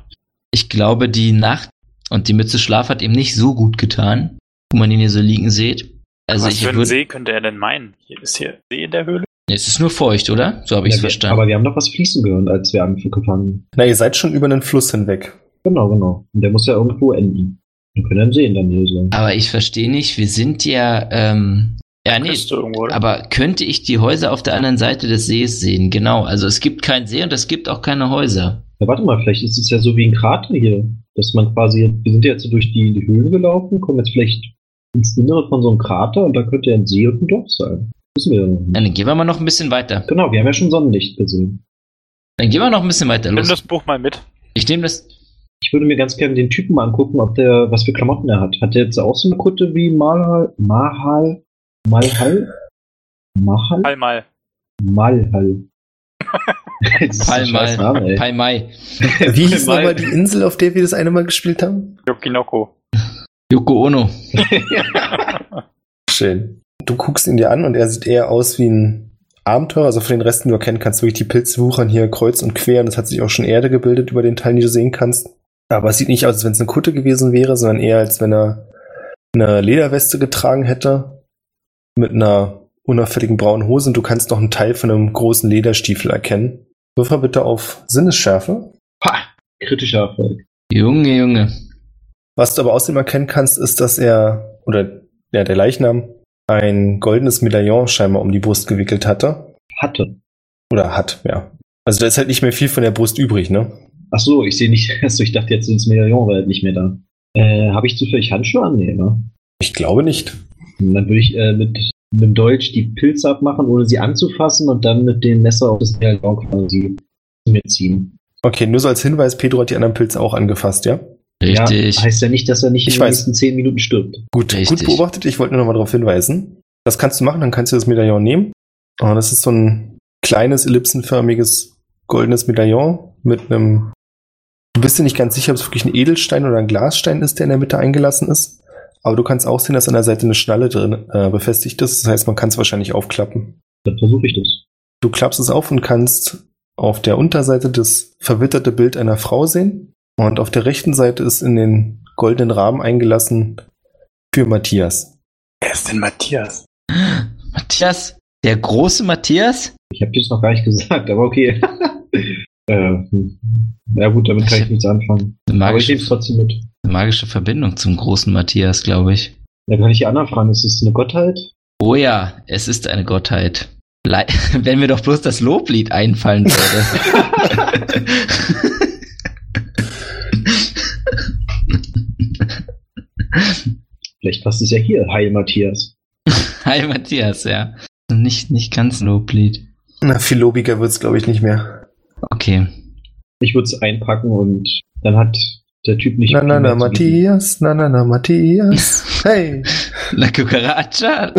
S1: ich glaube, die Nacht und die Mütze Schlaf hat ihm nicht so gut getan, wo man ihn hier so liegen sieht. Also
S5: was
S1: ich
S5: für einen
S1: würde.
S5: See könnte er denn meinen? Hier ist hier See in der Höhle?
S1: Es ist nur feucht, oder? So habe ich es
S2: Ja, wir-
S1: verstanden.
S2: Aber wir haben doch was fließen gehört, als wir angefangen.
S3: Na, ihr seid schon über einen Fluss hinweg.
S2: Genau, genau. Und der muss ja irgendwo enden. Wir können dann sehen, dann hier so.
S1: Aber ich verstehe nicht, wir sind ja. Ähm, ja, nee,
S5: Küste irgendwo, oder?
S1: aber könnte ich die Häuser auf der anderen Seite des Sees sehen? Genau, also es gibt keinen See und es gibt auch keine Häuser.
S2: Ja, warte mal, vielleicht ist es ja so wie ein Krater hier, dass man quasi, wir sind ja jetzt so durch die, die Höhlen gelaufen, kommen jetzt vielleicht ins Innere von so einem Krater und da könnte ja ein See und ein Dorf sein. Wissen wir ja noch
S1: Ja,
S2: nicht.
S1: dann gehen wir mal noch ein bisschen weiter.
S2: Genau, wir haben ja schon Sonnenlicht gesehen.
S1: Dann gehen wir noch ein bisschen weiter.
S5: Nimm
S1: Los.
S5: das Buch mal mit.
S1: Ich nehme das.
S2: Ich würde mir ganz gerne den Typen mal angucken, ob der, was für Klamotten er hat. Hat der jetzt auch so eine Kutte wie Mahal, Mahal Malhal? Mahal?
S5: Einmal.
S2: Malhal. Das ist ein scheiß Name,
S1: Palmai.
S2: ey.
S1: Palmai.
S3: Wie hieß
S2: Mal-
S3: nochmal die Insel, auf der wir das eine Mal gespielt haben?
S5: Yokinoko.
S1: Yoko Ono.
S3: Schön. Du guckst ihn dir an und er sieht eher aus wie ein Abenteurer. Also von den Resten, die du erkennen kannst, wirklich die Pilze wuchern hier kreuz und quer. Und es hat sich auch schon Erde gebildet über den Teilen, die du sehen kannst. Aber es sieht nicht aus, als wenn es eine Kutte gewesen wäre, sondern eher, als wenn er eine Lederweste getragen hätte. Mit einer unauffälligen braunen Hose. Und du kannst noch einen Teil von einem großen Lederstiefel erkennen. Würfel bitte auf Sinnesschärfe.
S2: Kritischer Erfolg.
S1: Junge, Junge.
S3: Was du aber außerdem erkennen kannst, ist, dass er, oder ja, der Leichnam, ein goldenes Medaillon scheinbar um die Brust gewickelt hatte.
S2: Hatte.
S3: Oder hat, ja. Also da ist halt nicht mehr viel von der Brust übrig, ne?
S2: Ach so, ich sehe nicht, also ich dachte jetzt ins Medaillon war halt nicht mehr da. Äh, habe ich zufällig Handschuhe an? Nee, ne?
S3: Ich glaube nicht.
S2: Und dann würde ich äh, mit einem Dolch die Pilze abmachen, ohne sie anzufassen und dann mit dem Messer auf das Medaillon quasi mitziehen.
S3: Okay, nur so als Hinweis, Pedro hat die anderen Pilze auch angefasst, ja?
S1: Richtig.
S2: Ja, heißt ja nicht, dass er nicht in
S3: Ich
S2: den
S3: weiß.
S2: nächsten zehn Minuten stirbt.
S3: Gut,
S1: Richtig.
S3: gut beobachtet. Ich wollte nur nochmal darauf hinweisen. Das kannst du machen, dann kannst du das Medaillon nehmen. Und das ist so ein kleines, ellipsenförmiges, goldenes Medaillon mit einem. Du bist dir nicht ganz sicher, ob es wirklich ein Edelstein oder ein Glasstein ist, der in der Mitte eingelassen ist. Aber du kannst auch sehen, dass an der Seite eine Schnalle drin äh, befestigt ist. Das heißt, man kann es wahrscheinlich aufklappen.
S2: Dann versuche ich das.
S3: Du klappst es auf und kannst auf der Unterseite das verwitterte Bild einer Frau sehen. Und auf der rechten Seite ist in den goldenen Rahmen eingelassen für Matthias.
S5: Wer ist denn Matthias?
S1: Matthias? Der große Matthias?
S2: Ich habe jetzt noch gar nicht gesagt, aber okay. äh, hm. ja gut, damit kann
S3: Also,
S2: ich nichts anfangen.
S1: Eine
S2: Aber ich
S1: magische,
S2: nehme es trotzdem mit.
S1: eine magische Verbindung zum großen Matthias, glaube ich.
S2: Da kann ich die anderen fragen, ist das eine Gottheit?
S1: Oh ja, es ist eine Gottheit. Le Wenn mir doch bloß das Loblied einfallen würde.
S2: Vielleicht passt es ja hier. Hi Matthias.
S1: Hi Matthias, ja. Also Nicht, nicht ganz Loblied.
S3: Na, viel lobiger wird's, glaube ich, nicht mehr.
S1: Okay.
S2: Ich würde es einpacken und dann hat der Typ nicht.
S3: na, na, na,
S2: mehr zu bieten.
S3: Matthias, na, na, na, Matthias. Hey!
S1: La Cucaracha,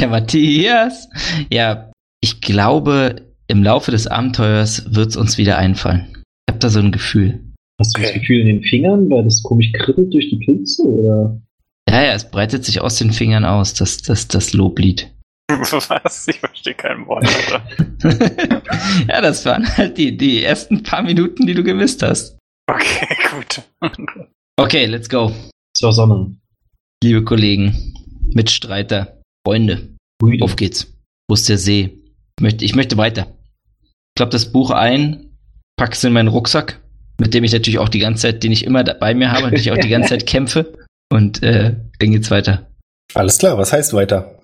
S1: der Matthias. Ja, ich glaube, im Laufe des Abenteuers wird es uns wieder einfallen. Ich habe da so ein Gefühl.
S2: Hast du das
S5: Okay.
S2: Gefühl in den Fingern, weil das komisch kribbelt durch die Pilze? Oder?
S1: Ja, ja, es breitet sich aus den Fingern aus, das, das, das Loblied.
S5: Was? Ich verstehe kein Wort, Alter.
S1: ja, das waren halt die, die ersten paar Minuten, die du gemisst hast.
S5: Okay, gut.
S1: Okay, let's go.
S2: Es war Sonne.
S1: Liebe Kollegen, Mitstreiter, Freunde,
S2: Brüder.
S1: auf geht's. Wo ist der See? Ich möchte, ich möchte weiter. Ich klappe das Buch ein, packe es in meinen Rucksack, mit dem ich natürlich auch die ganze Zeit, den ich immer da- bei mir habe, und ich auch die ganze Zeit kämpfe. Und äh, dann geht's weiter.
S3: Alles klar, was heißt weiter?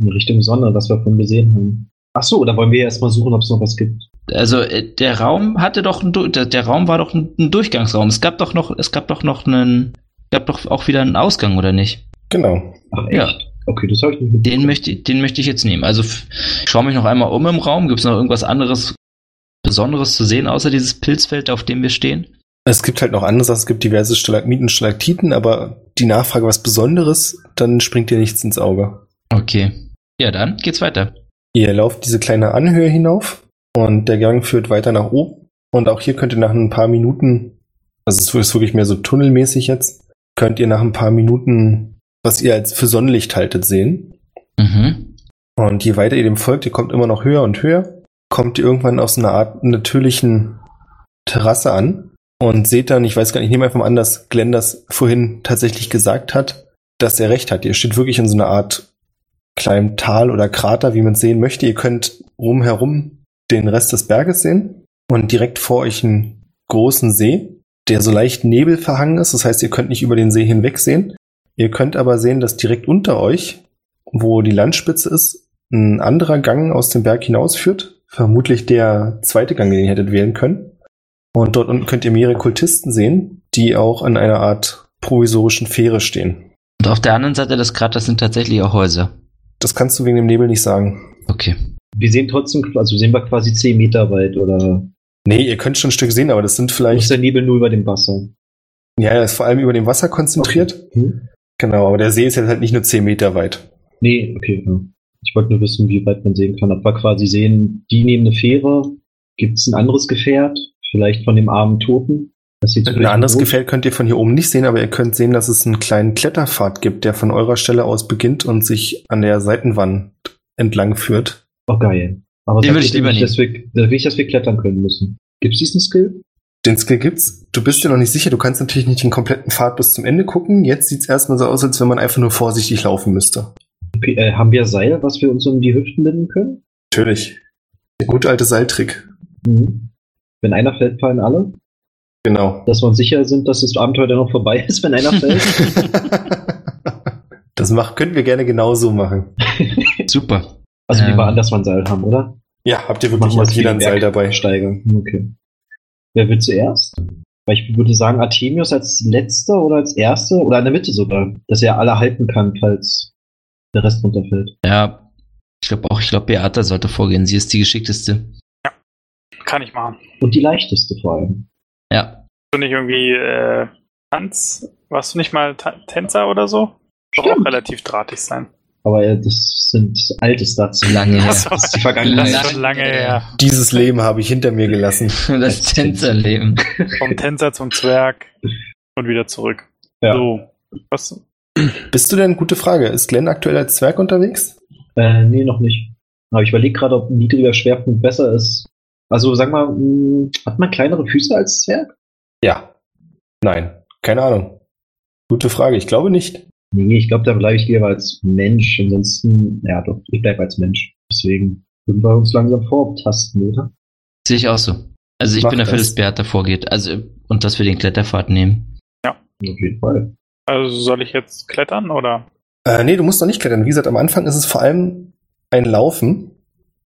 S2: In Richtung Sonne, was wir vorhin gesehen haben. Ach so, da wollen wir erstmal suchen, ob es noch was gibt.
S1: Also äh, der Raum hatte doch ein, Du- der, der Raum war doch ein, ein Durchgangsraum. Es gab doch noch, es gab doch noch einen, gab doch auch wieder einen Ausgang oder nicht?
S3: Genau.
S2: Ach echt?
S1: Ja.
S2: Okay, das habe ich nicht mitbekommen.
S1: Den möchte, den möchte ich jetzt nehmen. Also f- ich schaue mich noch einmal um im Raum. Gibt es noch irgendwas anderes Besonderes zu sehen, außer dieses Pilzfeld, auf dem wir stehen?
S3: Es gibt halt noch andere Sachen, es gibt diverse Stalagmiten, Stalaktiten, aber die Nachfrage was Besonderes, dann springt dir nichts ins Auge.
S1: Okay. Ja, dann geht's weiter.
S3: Ihr lauft diese kleine Anhöhe hinauf und der Gang führt weiter nach oben. Und auch hier könnt ihr nach ein paar Minuten, also es ist wirklich mehr so tunnelmäßig jetzt, könnt ihr nach ein paar Minuten, was ihr als für Sonnenlicht haltet, sehen.
S1: Mhm.
S3: Und je weiter ihr dem folgt, ihr kommt immer noch höher und höher, kommt ihr irgendwann auf so einer Art natürlichen Terrasse an und seht dann, ich weiß gar nicht, ich nehme einfach mal an, dass Glenn das vorhin tatsächlich gesagt hat, dass er recht hat. Ihr steht wirklich in so einer Art kleinem Tal oder Krater, wie man es sehen möchte. Ihr könnt rumherum den Rest des Berges sehen und direkt vor euch einen großen See, der so leicht nebelverhangen ist. Das heißt, ihr könnt nicht über den See hinweg sehen. Ihr könnt aber sehen, dass direkt unter euch, wo die Landspitze ist, ein anderer Gang aus dem Berg hinausführt. Vermutlich der zweite Gang, den ihr hättet wählen können. Und dort unten könnt ihr mehrere Kultisten sehen, die auch an einer Art provisorischen Fähre stehen.
S1: Und auf der anderen Seite des Kraters sind tatsächlich auch Häuser.
S3: Das kannst du wegen dem Nebel nicht sagen.
S1: Okay.
S2: Wir sehen trotzdem, also sehen wir quasi 10 Meter weit oder
S3: Nee, ihr könnt schon ein Stück sehen, aber das sind
S2: ist
S3: vielleicht.
S2: der Nebel nur über dem Wasser?
S3: Ja, er ist vor allem über dem Wasser konzentriert.
S2: Hm?
S3: Genau, aber der See ist jetzt halt nicht nur 10 Meter weit.
S2: Nee, okay. Ja. Ich wollte nur wissen, wie weit man sehen kann. Ob wir quasi sehen, die nehmen eine Fähre, gibt es ein anderes Gefährt, vielleicht von dem armen Toten. Das sieht
S3: Ein anderes Gefährt könnt ihr von hier oben nicht sehen, aber ihr könnt sehen, dass es einen kleinen Kletterpfad gibt, der von eurer Stelle aus beginnt und sich an der Seitenwand entlang führt.
S2: Oh, geil. Aber
S1: Den
S2: sagt
S1: würde ich
S2: bitte
S1: lieber
S2: nicht, dass wir, dass wir- dass wir klettern können müssen. Gibt es diesen Skill?
S3: Den Skill gibt's. Du bist dir noch nicht sicher. Du kannst natürlich nicht den kompletten Pfad bis zum Ende gucken. Jetzt sieht's erstmal so aus, als wenn man einfach nur vorsichtig laufen müsste.
S2: Okay, äh, haben wir Seil, was wir uns um die Hüften binden können?
S3: Natürlich. Der gute alte Seiltrick.
S2: Mhm. Wenn einer fällt, fallen alle.
S3: Genau.
S2: Dass wir uns sicher sind, dass das Abenteuer dann noch vorbei ist, wenn einer fällt.
S3: das mach, könnten wir gerne genauso machen.
S1: Super.
S2: Also
S1: Ähm.
S2: lieber an, dass wir ein Seil haben, oder?
S3: Ja, habt ihr
S2: Machen
S3: wirklich
S2: wir
S3: jetzt
S2: es
S3: jeder
S2: wie
S3: ein
S2: Berg-
S3: Seil dabei?
S2: Steiger. Okay. Wer will zuerst? Weil ich würde sagen, Artemius als letzter oder als erster oder in der Mitte sogar, dass er alle halten kann, falls der Rest runterfällt.
S1: Ja, ich glaube auch, ich glaube, Beata sollte vorgehen. Sie ist die geschickteste.
S5: Kann ich machen.
S2: Und die leichteste vor allem.
S1: Ja.
S5: Hast du nicht irgendwie äh, Tanz? Warst du nicht mal Ta Tänzer oder so? Doch auch relativ drahtig sein.
S2: Aber äh, das sind alte Stats.
S1: Lange her.
S5: Ach so,
S2: Das ist die
S5: das
S2: Vergangenheit.
S5: ist schon lange her.
S3: Dieses Leben habe ich hinter mir gelassen.
S1: Das Tänzerleben.
S5: Vom Tänzer zum Zwerg und wieder zurück.
S2: Ja.
S5: So. Was?
S3: Bist du denn, gute Frage, ist Glenn aktuell als Zwerg unterwegs?
S2: Äh, nee, noch nicht. Aber ich überlege gerade, ob ein niedriger Schwerpunkt besser ist. Also sag mal, mh, hat man kleinere Füße als Zwerg?
S3: Ja. Nein. Keine Ahnung. Gute Frage. Ich glaube nicht.
S2: Nee, ich glaube, da bleibe ich lieber als Mensch. Ansonsten, ja doch, ich bleibe als Mensch. Deswegen würden wir uns langsam vorabtasten, oder?
S1: Sehe ich auch so. Also ich
S3: Mach
S1: bin dafür,
S3: das.
S1: dass Beata vorgeht. Also, und dass wir den Kletterpfad nehmen.
S2: Auf jeden Fall.
S5: Also soll ich jetzt klettern oder?
S3: Äh, nee, du musst noch nicht klettern. Wie gesagt, am Anfang ist es vor allem ein Laufen.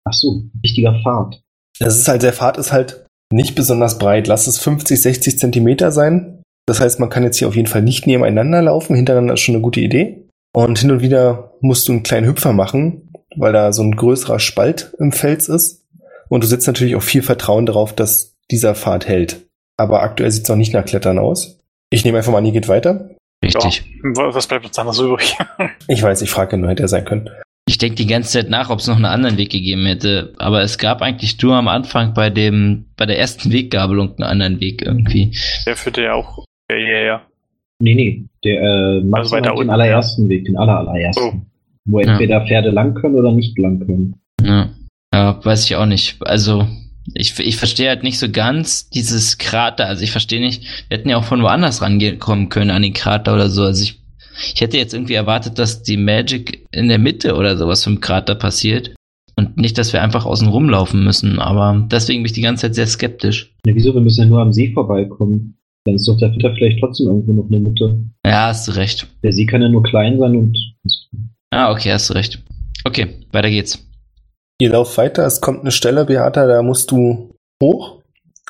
S2: Ach so, wichtiger Pfad.
S3: Das ist halt, der Pfad ist halt nicht besonders breit. Lass es 50, 60 Zentimeter sein. Das heißt, man kann jetzt hier auf jeden Fall nicht nebeneinander laufen. Hintereinander ist schon eine gute Idee. Und hin und wieder musst du einen kleinen Hüpfer machen, weil da so ein größerer Spalt im Fels ist. Und du setzt natürlich auch viel Vertrauen darauf, dass dieser Pfad hält. Aber aktuell sieht es noch nicht nach Klettern aus. Ich nehme einfach mal an, ihr geht weiter.
S1: Richtig.
S5: Ja, was bleibt uns anderes übrig?
S3: Ich weiß, ich frage nur, hätte er sein können.
S1: Ich denke die ganze Zeit nach, ob es noch einen anderen Weg gegeben hätte. Aber es gab eigentlich nur am Anfang bei dem, bei der ersten Weggabelung einen anderen Weg irgendwie.
S5: Der führte ja auch. Ja, ja, ja.
S2: Nee, nee, der äh, Max
S5: Also weiter
S2: hat den
S5: unten, Oh.
S2: allerersten Weg, den aller, allerersten. Wo
S1: Ja.
S2: entweder Pferde lang können oder nicht lang können.
S1: Ja. ja, weiß ich auch nicht. Also, ich, ich verstehe halt nicht so ganz dieses Krater. Also, ich verstehe nicht, wir hätten ja auch von woanders rangekommen können an den Krater oder so. Also, ich, ich hätte jetzt irgendwie erwartet, dass die Magic in der Mitte oder sowas vom Krater passiert. Und nicht, dass wir einfach außen rumlaufen müssen. Aber deswegen bin ich die ganze Zeit sehr skeptisch.
S2: Ja, wieso, wir müssen ja nur am See vorbeikommen. Dann ist doch der Ritter vielleicht trotzdem irgendwo noch eine Mitte.
S1: Ja, hast du recht.
S2: Der See kann ja nur klein sein und
S1: Ah, okay, hast du recht. Okay, weiter geht's.
S3: Ihr lauft weiter, es kommt eine Stelle, Beata, da musst du hoch.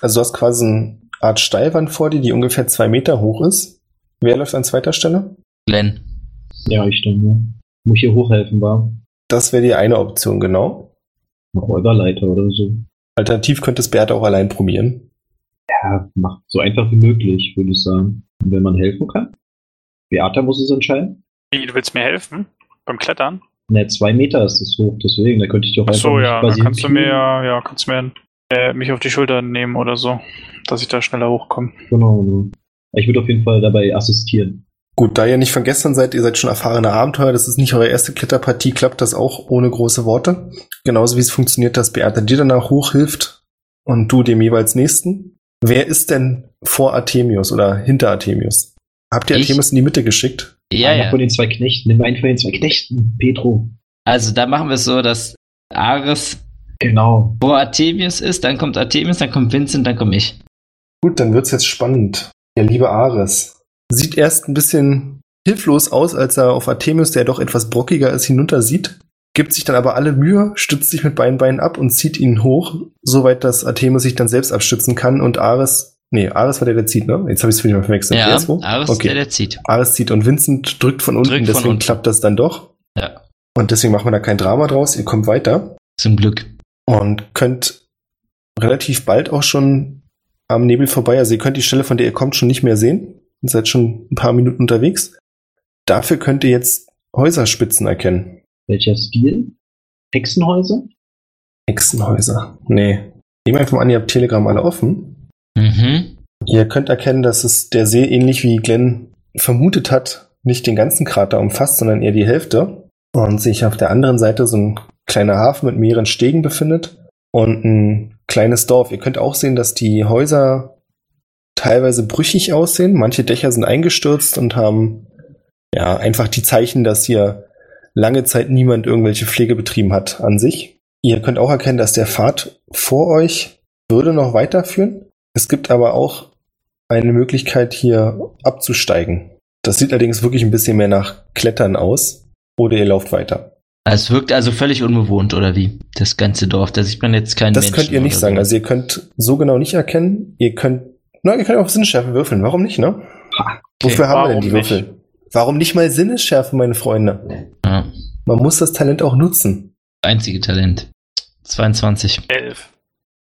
S3: Also du hast quasi eine Art Steilwand vor dir, die ungefähr zwei Meter hoch ist. Wer läuft an zweiter Stelle?
S1: Glenn.
S2: ja, ich dann, ja. Muss hier hochhelfen, war.
S3: Das wäre die eine Option, genau.
S2: Eine Räuberleiter oder so.
S3: Alternativ könnte es Beata auch allein probieren.
S2: Ja, macht so einfach wie möglich, würde ich sagen. Und wenn man helfen kann. Beata muss es entscheiden.
S5: Wie, du willst mir helfen? Beim Klettern?
S2: Na, zwei Meter ist es hoch, deswegen, da könnte ich doch
S5: Ach
S2: einfach
S5: so,
S2: mich
S5: ja.
S2: quasi
S5: Dann kannst du mir
S2: hinpielen.
S5: ja, ja, kannst du mir äh, mich auf die Schulter nehmen oder so, dass ich da schneller hochkomme.
S2: Genau. genau. Ich würde auf jeden Fall dabei assistieren.
S3: Gut, da ihr nicht von gestern seid, ihr seid schon erfahrene Abenteuer, das ist nicht eure erste Kletterpartie, klappt das auch ohne große Worte. Genauso wie es funktioniert, dass Beata dir danach hochhilft und du dem jeweils nächsten. Wer ist denn vor Artemius oder hinter Artemius? Habt ihr
S1: Ich.
S3: Artemius in die Mitte geschickt?
S1: Ja,
S2: Einer
S1: ja.
S2: von den zwei Knechten. Nimm einen von den zwei Knechten, Petro.
S1: Also, da machen wir es so, dass Ares
S2: Genau.
S1: wo Artemius ist, dann kommt Artemius, dann kommt Vincent, dann komme ich.
S3: Gut, dann wird's jetzt spannend. Der liebe Ares sieht erst ein bisschen hilflos aus, als er auf Artemis, der doch etwas brockiger ist, hinuntersieht. Gibt sich dann aber alle Mühe, stützt sich mit beiden Beinen ab und zieht ihn hoch, soweit dass Artemis sich dann selbst abstützen kann und Ares, nee, Ares war der, der zieht, ne? Jetzt habe ich es wieder mal verwechselt.
S1: ja,
S3: Der ist wo?
S1: Ares ist
S3: okay.
S1: der, der zieht.
S3: Ares zieht und Vincent drückt von unten,
S1: Drückt von
S3: deswegen
S1: unten.
S3: klappt das dann doch.
S1: Ja.
S3: Und deswegen machen wir da kein Drama draus, ihr kommt weiter
S1: Zum Glück.
S3: und könnt relativ bald auch schon am Nebel vorbei. Also ihr könnt die Stelle, von der ihr kommt, schon nicht mehr sehen. Ihr seid schon ein paar Minuten unterwegs. Dafür könnt ihr jetzt Häuserspitzen erkennen.
S2: Welcher Stil? Hexenhäuser?
S3: Hexenhäuser. Nee. Jemand vom Anja Telegram alle offen.
S1: Mhm.
S3: Ihr könnt erkennen, dass es der See ähnlich wie Glenn vermutet hat, nicht den ganzen Krater umfasst, sondern eher die Hälfte. Und sich auf der anderen Seite so ein kleiner Hafen mit mehreren Stegen befindet und ein kleines Dorf. Ihr könnt auch sehen, dass die Häuser teilweise brüchig aussehen. Manche Dächer sind eingestürzt und haben ja einfach die Zeichen, dass hier lange Zeit niemand irgendwelche Pflege betrieben hat an sich. Ihr könnt auch erkennen, dass der Pfad vor euch würde noch weiterführen. Es gibt aber auch eine Möglichkeit, hier abzusteigen. Das sieht allerdings wirklich ein bisschen mehr nach Klettern aus. Oder ihr lauft weiter.
S1: Es wirkt also völlig unbewohnt, oder wie? Das ganze Dorf, da sieht man jetzt keinen
S3: Das
S1: Menschen
S3: könnt ihr nicht
S1: oder
S3: sagen.
S1: so.
S3: Also ihr könnt so genau nicht erkennen. Ihr könnt, na, ihr könnt auch Sinnesschärfe würfeln. Warum nicht, ne? Wofür haben wir denn
S5: warum
S3: die
S5: nicht?
S3: Würfel? Warum nicht mal Sinnesschärfe, meine Freunde?
S1: ja.
S3: Man muss das Talent auch nutzen.
S1: Einzige Talent. 22.
S5: Elf.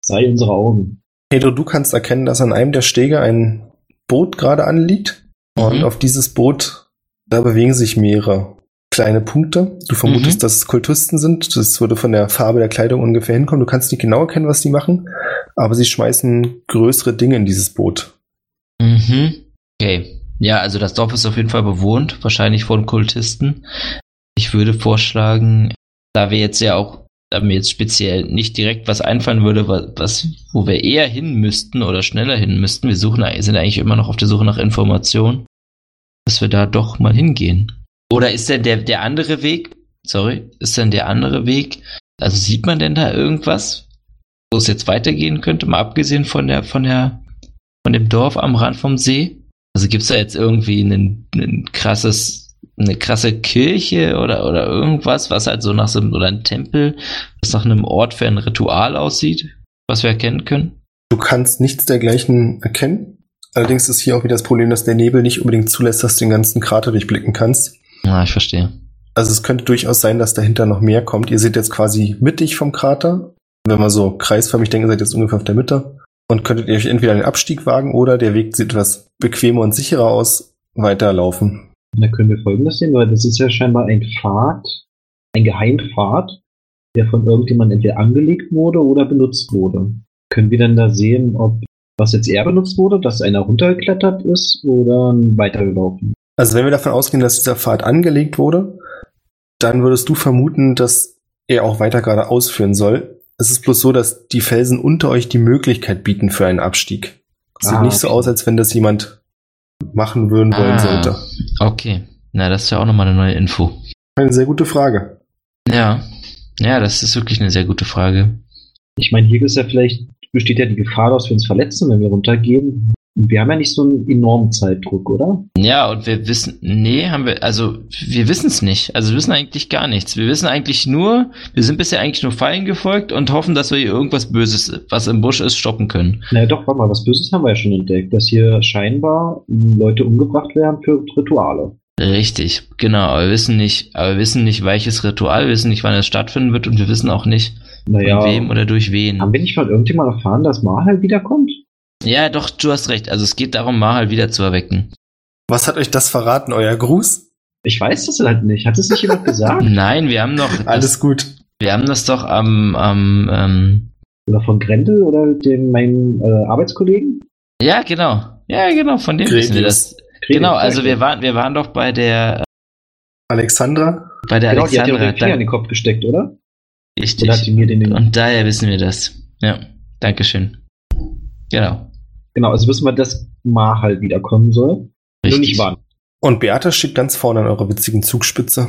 S2: Sei unsere Augen.
S3: Pedro, du kannst erkennen, dass an einem der Stege ein Boot gerade anliegt. Und
S1: Mhm.
S3: auf dieses Boot, da bewegen sich mehrere kleine Punkte. Du vermutest,
S1: Mhm.
S3: dass es Kultisten sind. Das würde von der Farbe der Kleidung ungefähr hinkommen. Du kannst nicht genau erkennen, was die machen. Aber sie schmeißen größere Dinge in dieses Boot.
S1: Mhm. Okay. Ja, also das Dorf ist auf jeden Fall bewohnt, wahrscheinlich von Kultisten. Ich würde vorschlagen, da wir jetzt ja auch, da mir jetzt speziell nicht direkt was einfallen würde, wa- was, wo wir eher hin müssten oder schneller hin müssten, wir suchen, sind eigentlich immer noch auf der Suche nach Informationen, dass wir da doch mal hingehen. Oder ist denn der, der andere Weg, sorry, ist denn der andere Weg, also sieht man denn da irgendwas, wo es jetzt weitergehen könnte, mal abgesehen von der, von der von dem Dorf am Rand vom See? Also gibt's da jetzt irgendwie einen, einen krasses, eine krasse Kirche oder, oder irgendwas, was halt so nach so einem, oder ein Tempel, was nach einem Ort für ein Ritual aussieht, was wir erkennen können?
S3: Du kannst nichts dergleichen erkennen. Allerdings ist hier auch wieder das Problem, dass der Nebel nicht unbedingt zulässt, dass du den ganzen Krater durchblicken kannst.
S1: Ah, ich verstehe.
S3: Also es könnte durchaus sein, dass dahinter noch mehr kommt. Ihr seht jetzt quasi mittig vom Krater. Wenn man so kreisförmig denkt, seid ihr jetzt ungefähr auf der Mitte. Und könntet ihr euch entweder den Abstieg wagen oder der Weg sieht etwas bequemer und sicherer aus, weiterlaufen.
S2: Da können wir folgendes sehen, weil das ist ja scheinbar ein Pfad, ein Geheimpfad, der von irgendjemandem entweder angelegt wurde oder benutzt wurde. Können wir denn da sehen, ob was jetzt eher benutzt wurde, dass einer runtergeklettert ist oder weitergelaufen?
S3: Also wenn wir davon ausgehen, dass dieser Pfad angelegt wurde, dann würdest du vermuten, dass er auch weiter geradeaus führen soll. Es ist bloß so, dass die Felsen unter euch die Möglichkeit bieten für einen Abstieg. Sieht
S2: Ah,
S3: nicht so
S2: okay.
S3: aus, als wenn das jemand machen würden wollen
S1: Ah.
S3: sollte.
S1: Okay. Na, das ist ja auch nochmal eine neue Info.
S3: Eine sehr gute Frage.
S1: Ja. Ja, das ist wirklich eine sehr gute Frage.
S2: Ich meine, hier ist ja vielleicht, besteht ja die Gefahr, dass wir uns verletzen, wenn wir runtergehen. Und wir haben ja nicht so einen enormen Zeitdruck, oder?
S1: Ja, und wir wissen, nee, haben wir, also wir wissen es nicht. Also wir wissen eigentlich gar nichts. Wir wissen eigentlich nur, wir sind bisher eigentlich nur Fallen gefolgt und hoffen, dass wir hier irgendwas Böses, was im Busch ist, stoppen können.
S2: Naja, doch, warte mal, was Böses haben wir ja schon entdeckt, dass hier scheinbar mh, Leute umgebracht werden für Rituale.
S1: Richtig, genau. Aber wir wissen nicht, aber wir wissen nicht, welches Ritual, wir wissen nicht, wann es stattfinden wird und wir wissen auch nicht,
S2: Naja,
S1: von wem oder durch wen.
S2: haben wir nicht von irgendjemandem erfahren, dass Mahal wiederkommt?
S1: Ja, doch, du hast recht. Also es geht darum, Mahal wieder zu erwecken.
S3: Was hat euch das verraten, euer Gruß?
S2: Ich weiß das halt nicht. Hat es nicht jemand gesagt?
S1: Nein, wir haben noch, das,
S3: Alles gut.
S1: wir haben das doch am, am, ähm,
S2: Oder von Grendel oder dem, meinem äh, Arbeitskollegen?
S1: ja, genau. Ja, genau, von dem wissen wir das.
S3: Gredius.
S1: Genau, also wir waren, wir waren doch bei der,
S3: Alexandra?
S1: bei der
S2: Genau, die hat ja
S1: Alexandra.
S2: den Finger in
S1: da,
S2: den Kopf gesteckt, oder? Oder hat
S1: richtig.
S2: die mir den, den
S1: Und daher wissen wir das. Ja, Dankeschön. Genau.
S2: Genau, also wissen wir, dass Mahal wiederkommen soll. Nur
S1: Richtig.
S2: nicht wann.
S3: Und Beata steht ganz vorne an eurer witzigen Zugspitze.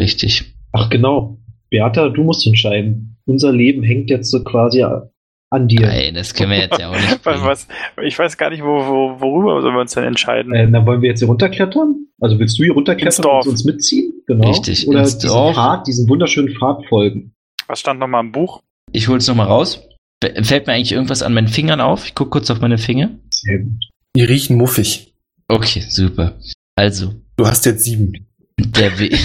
S1: Richtig.
S2: Ach genau. Beata, du musst entscheiden. Unser Leben hängt jetzt so quasi an dir.
S1: Nein, das können wir jetzt ja auch nicht.
S5: Was,
S1: bringen.
S5: was, ich weiß gar nicht, wo, wo, worüber sollen wir uns denn entscheiden?
S2: Äh, dann wollen wir jetzt hier runterklettern? Also willst du hier runterklettern
S5: Ins Dorf.
S2: und uns mitziehen? Genau.
S1: Richtig,
S2: Oder
S1: ins
S2: diesen
S1: Dorf.
S2: Pfad, diesen wunderschönen Pfad folgen.
S5: Was stand nochmal im Buch?
S1: Ich hol's nochmal raus. F- Fällt mir eigentlich irgendwas an meinen Fingern auf? Ich guck kurz auf meine Finger.
S2: Sehr gut.
S3: Die riechen muffig.
S1: Okay, super. Also,
S3: Du hast jetzt sieben.
S1: Der Weg.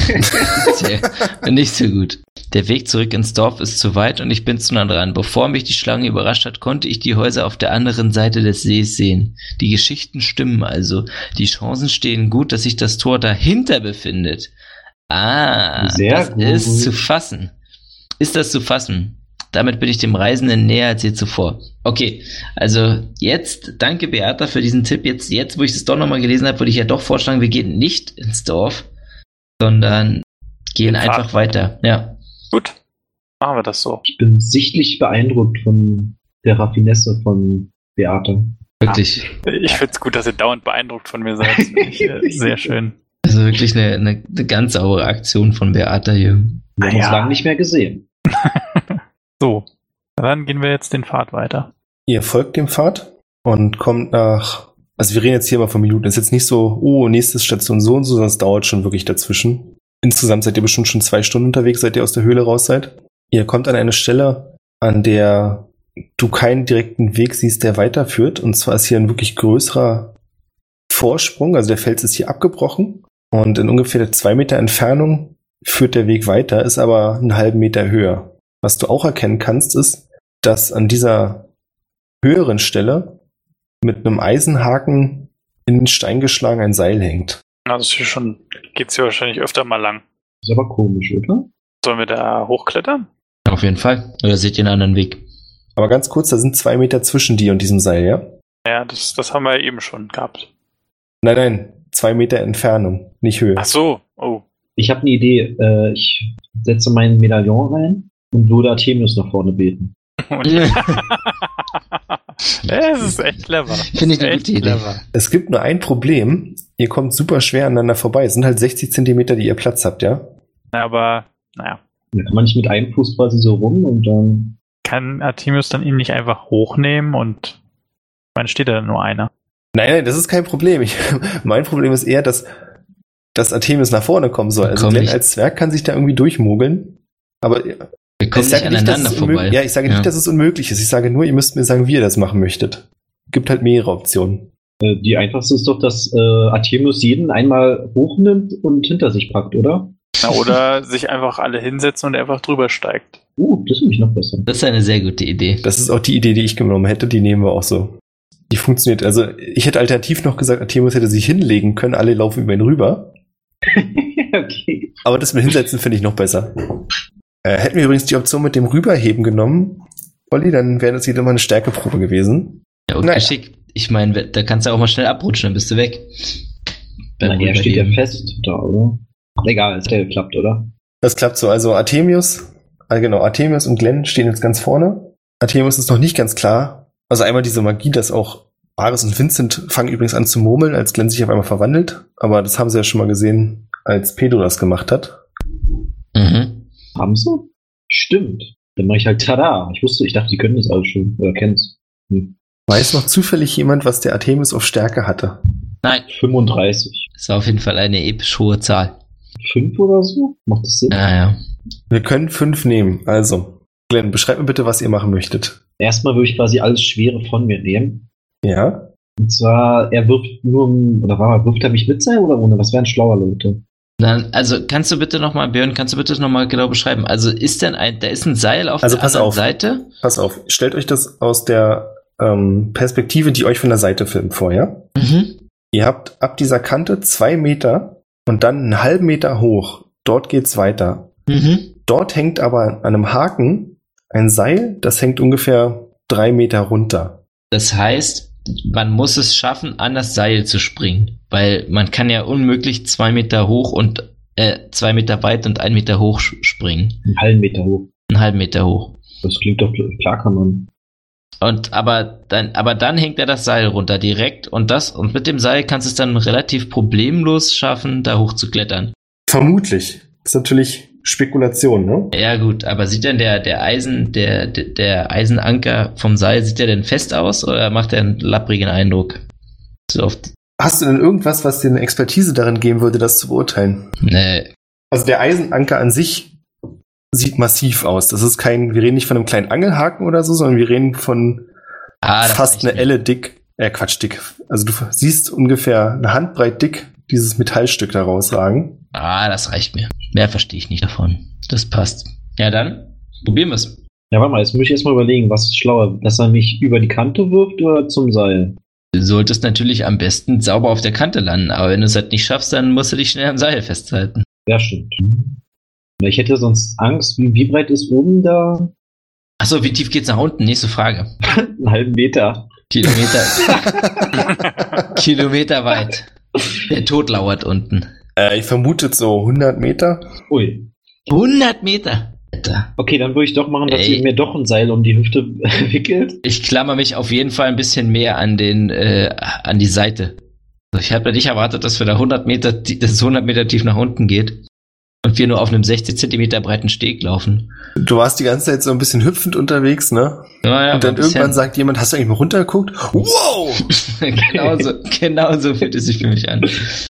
S1: Sehr- nicht so gut. Der Weg zurück ins Dorf ist zu weit und ich bin zu nah dran. Bevor mich die Schlange überrascht hat, konnte ich die Häuser auf der anderen Seite des Sees sehen. Die Geschichten stimmen also. Die Chancen stehen gut, dass sich das Tor dahinter befindet. Ah,
S2: Sehr
S1: das
S2: gut.
S1: ist zu fassen. Ist das zu fassen? Damit bin ich dem Reisenden näher als je zuvor. Okay, also jetzt, danke Beata für diesen Tipp. Jetzt, jetzt wo ich das doch nochmal gelesen habe, würde ich ja doch vorschlagen, wir gehen nicht ins Dorf, sondern gehen
S5: Den Pfad.
S1: einfach weiter. Ja.
S5: Gut, machen wir das so.
S2: Ich bin sichtlich beeindruckt von der Raffinesse von Beate.
S1: Wirklich.
S3: Ah.
S5: Ich find's gut, dass ihr dauernd beeindruckt von mir seid. Das finde ich, äh, Sehr schön.
S1: Also wirklich eine, eine, eine ganz saubere Aktion von Beata hier.
S2: Wir haben uns
S5: Ah, ja.
S2: lange nicht mehr gesehen.
S5: So, dann gehen wir jetzt den Pfad weiter.
S3: Ihr folgt dem Pfad und kommt nach. Also wir reden jetzt hier mal von Minuten. Es ist jetzt nicht so, oh, nächste Station so und so, sondern es dauert schon wirklich dazwischen. Insgesamt seid ihr bestimmt schon zwei Stunden unterwegs, seit ihr aus der Höhle raus seid. Ihr kommt an eine Stelle, an der du keinen direkten Weg siehst, der weiterführt. Und zwar ist hier ein wirklich größerer Vorsprung. Also der Fels ist hier abgebrochen. Und in ungefähr zwei Meter Entfernung führt der Weg weiter, ist aber einen halben Meter höher. Was du auch erkennen kannst, ist, dass an dieser höheren Stelle mit einem Eisenhaken in den Stein geschlagen ein Seil hängt.
S5: Also es ist hier schon, geht's hier wahrscheinlich öfter mal lang.
S2: Ist aber komisch, oder?
S5: Sollen wir da hochklettern?
S1: Auf jeden Fall. Oder seht ihr einen anderen Weg?
S3: Aber ganz kurz, da sind zwei Meter zwischen dir und diesem Seil, ja?
S5: Ja, das, das haben wir eben schon gehabt.
S3: Nein, nein, zwei Meter Entfernung, nicht Höhe.
S5: Ach so, oh.
S2: Ich habe eine Idee. Äh, ich setze meinen Medaillon rein und würde Artemius nach vorne beten.
S5: Und es ist echt clever.
S1: Finde ich eine
S5: echt
S1: gute Idee.
S5: clever.
S3: Es gibt nur ein Problem, ihr kommt super schwer aneinander vorbei. Es sind halt 60 Zentimeter, die ihr Platz habt, ja?
S5: Aber, naja,
S2: Da kann man nicht mit einem Fuß quasi so rum und dann.
S5: kann Artemius dann ihn nicht einfach hochnehmen und man steht da nur einer.
S3: Nein, nein, das ist kein Problem. Ich, mein Problem ist eher, dass, dass Artemis nach vorne kommen soll. Also
S1: Komm
S3: Glenn
S1: nicht.
S3: als Zwerg kann sich da irgendwie durchmogeln. Aber
S1: Wir kommen
S3: ich
S1: nicht
S3: sage nicht, dass
S1: aneinander
S3: es
S1: vorbei.
S3: unmöglich- Ja, ich sage nicht, dass es unmöglich ist. Ich sage nur, ihr müsst mir sagen, wie ihr das machen möchtet. Gibt halt mehrere Optionen.
S2: Äh, die einfachste ist doch, dass äh, Artemius jeden einmal hochnimmt und hinter sich packt, oder?
S5: Na, oder sich einfach alle hinsetzen und einfach drüber steigt.
S2: Uh, das finde ich noch besser.
S1: Das ist eine sehr gute Idee.
S3: Das ist auch die Idee, die ich genommen hätte. Die nehmen wir auch so. Die funktioniert. Also ich hätte alternativ noch gesagt, Artemis hätte sich hinlegen können. Alle laufen über ihn rüber.
S2: okay.
S3: Aber das mit hinsetzen finde ich noch besser. Äh, hätten wir übrigens die Option mit dem Rüberheben genommen, Olli, dann wäre das wieder mal eine Stärkeprobe gewesen.
S1: Ja, und
S3: Naja.
S1: geschickt. Ich meine, da kannst du auch mal schnell abrutschen, dann bist du weg.
S2: Na, er
S1: Rüberheben.
S2: steht ja fest da, oder? Egal, es der klappt, oder?
S3: Das klappt so. Also Artemius, ah, genau, Artemius und Glenn stehen jetzt ganz vorne. Artemius ist noch nicht ganz klar. Also einmal diese Magie, dass auch Ares und Vincent fangen übrigens an zu murmeln, als Glenn sich auf einmal verwandelt. Aber das haben sie ja schon mal gesehen, als Pedro das gemacht hat.
S1: Mhm.
S2: Haben sie? Stimmt. Dann mache ich halt Tada. Ich wusste, ich dachte, die können das alles schon oder Hm. kennen es.
S3: Weiß noch zufällig jemand, was der Artemis auf Stärke hatte?
S1: Nein,
S2: 35.
S1: ist auf jeden Fall eine episch hohe Zahl.
S2: 5 oder so? Macht das Sinn?
S1: Naja.
S3: Wir können fünf nehmen. Also, Glenn, beschreib mir bitte, was ihr machen möchtet.
S2: Erstmal würde ich quasi alles Schwere von mir nehmen.
S3: Ja?
S2: Und zwar, er wirft nur, oder war, wirft er mich mit Seil oder ohne? Was wären schlauer Leute?
S1: Dann, also kannst du bitte nochmal, Björn, kannst du bitte nochmal genau beschreiben? Also ist denn ein, da ist ein Seil auf
S3: Also
S1: der
S3: pass
S1: anderen
S3: auf.
S1: Seite?
S3: Pass auf, stellt euch das aus der ähm, Perspektive, die euch von der Seite filmt, vor, ja?
S1: Mhm.
S3: Ihr habt ab dieser Kante zwei Meter und dann einen halben Meter hoch. Dort geht's weiter.
S1: Mhm.
S3: Dort hängt aber an einem Haken ein Seil, das hängt ungefähr drei Meter runter.
S1: Das heißt, man muss es schaffen, an das Seil zu springen. Weil man kann ja unmöglich zwei Meter hoch und äh, zwei Meter weit und ein Meter hoch sch- springen.
S2: Einen halben Meter hoch.
S1: Einen halben Meter hoch.
S2: Das klingt doch klar, kann man.
S1: Und aber dann, aber dann hängt er das Seil runter direkt und das und mit dem Seil kannst du es dann relativ problemlos schaffen, da hochzuklettern.
S3: Vermutlich. ist natürlich Spekulation, ne?
S1: Ja gut, aber sieht denn der der Eisen der der- der Eisenanker vom Seil sieht der denn fest aus oder macht er einen lapprigen Eindruck? So oft.
S3: Hast du denn irgendwas, was dir eine Expertise darin geben würde, das zu beurteilen?
S1: Nee.
S3: Also der Eisenanker an sich sieht massiv aus. Das ist kein, wir reden nicht von einem kleinen Angelhaken oder so, sondern wir reden von
S1: Ah, das
S3: fast
S1: reicht
S3: eine
S1: nicht.
S3: Elle dick. Äh, Quatsch, dick. Also du siehst ungefähr eine Handbreit dick dieses Metallstück da rausragen.
S1: Ah, das reicht mir. Mehr verstehe ich nicht davon. Das passt. Ja dann probieren wir's.
S2: Ja, warte mal, jetzt muss ich erstmal überlegen, was ist schlauer? Dass er mich über die Kante wirft oder zum Seil?
S1: Du solltest natürlich am besten sauber auf der Kante landen, aber wenn du es halt nicht schaffst, dann musst du dich schnell am Seil festhalten.
S2: Ja, stimmt. Na, Ich hätte sonst Angst. Wie, wie breit ist oben da?
S1: Achso, wie tief geht's nach unten? Nächste Frage.
S2: Einen halben Meter.
S1: Kilometer, Kilometer weit. Der Tod lauert unten.
S3: Äh, ich vermute so 100 Meter.
S2: Ui.
S1: 100 Meter. Alter.
S2: Okay, dann würde ich doch machen, dass
S1: Ey.
S2: ihr mir doch ein Seil um die Hüfte wickelt.
S1: Ich klammer mich auf jeden Fall ein bisschen mehr an den, äh, an die Seite. Also Ich habe ja nicht erwartet, dass wir da 100 Meter, tie- dass es 100 Meter tief nach unten geht. Und wir nur auf einem 60 Zentimeter breiten Steg laufen.
S3: Du warst die ganze Zeit so ein bisschen hüpfend unterwegs, ne?
S1: Naja,
S3: Und dann irgendwann sagt jemand, hast du eigentlich mal runtergeguckt? Wow!
S1: genauso, genauso fühlt es sich für mich an.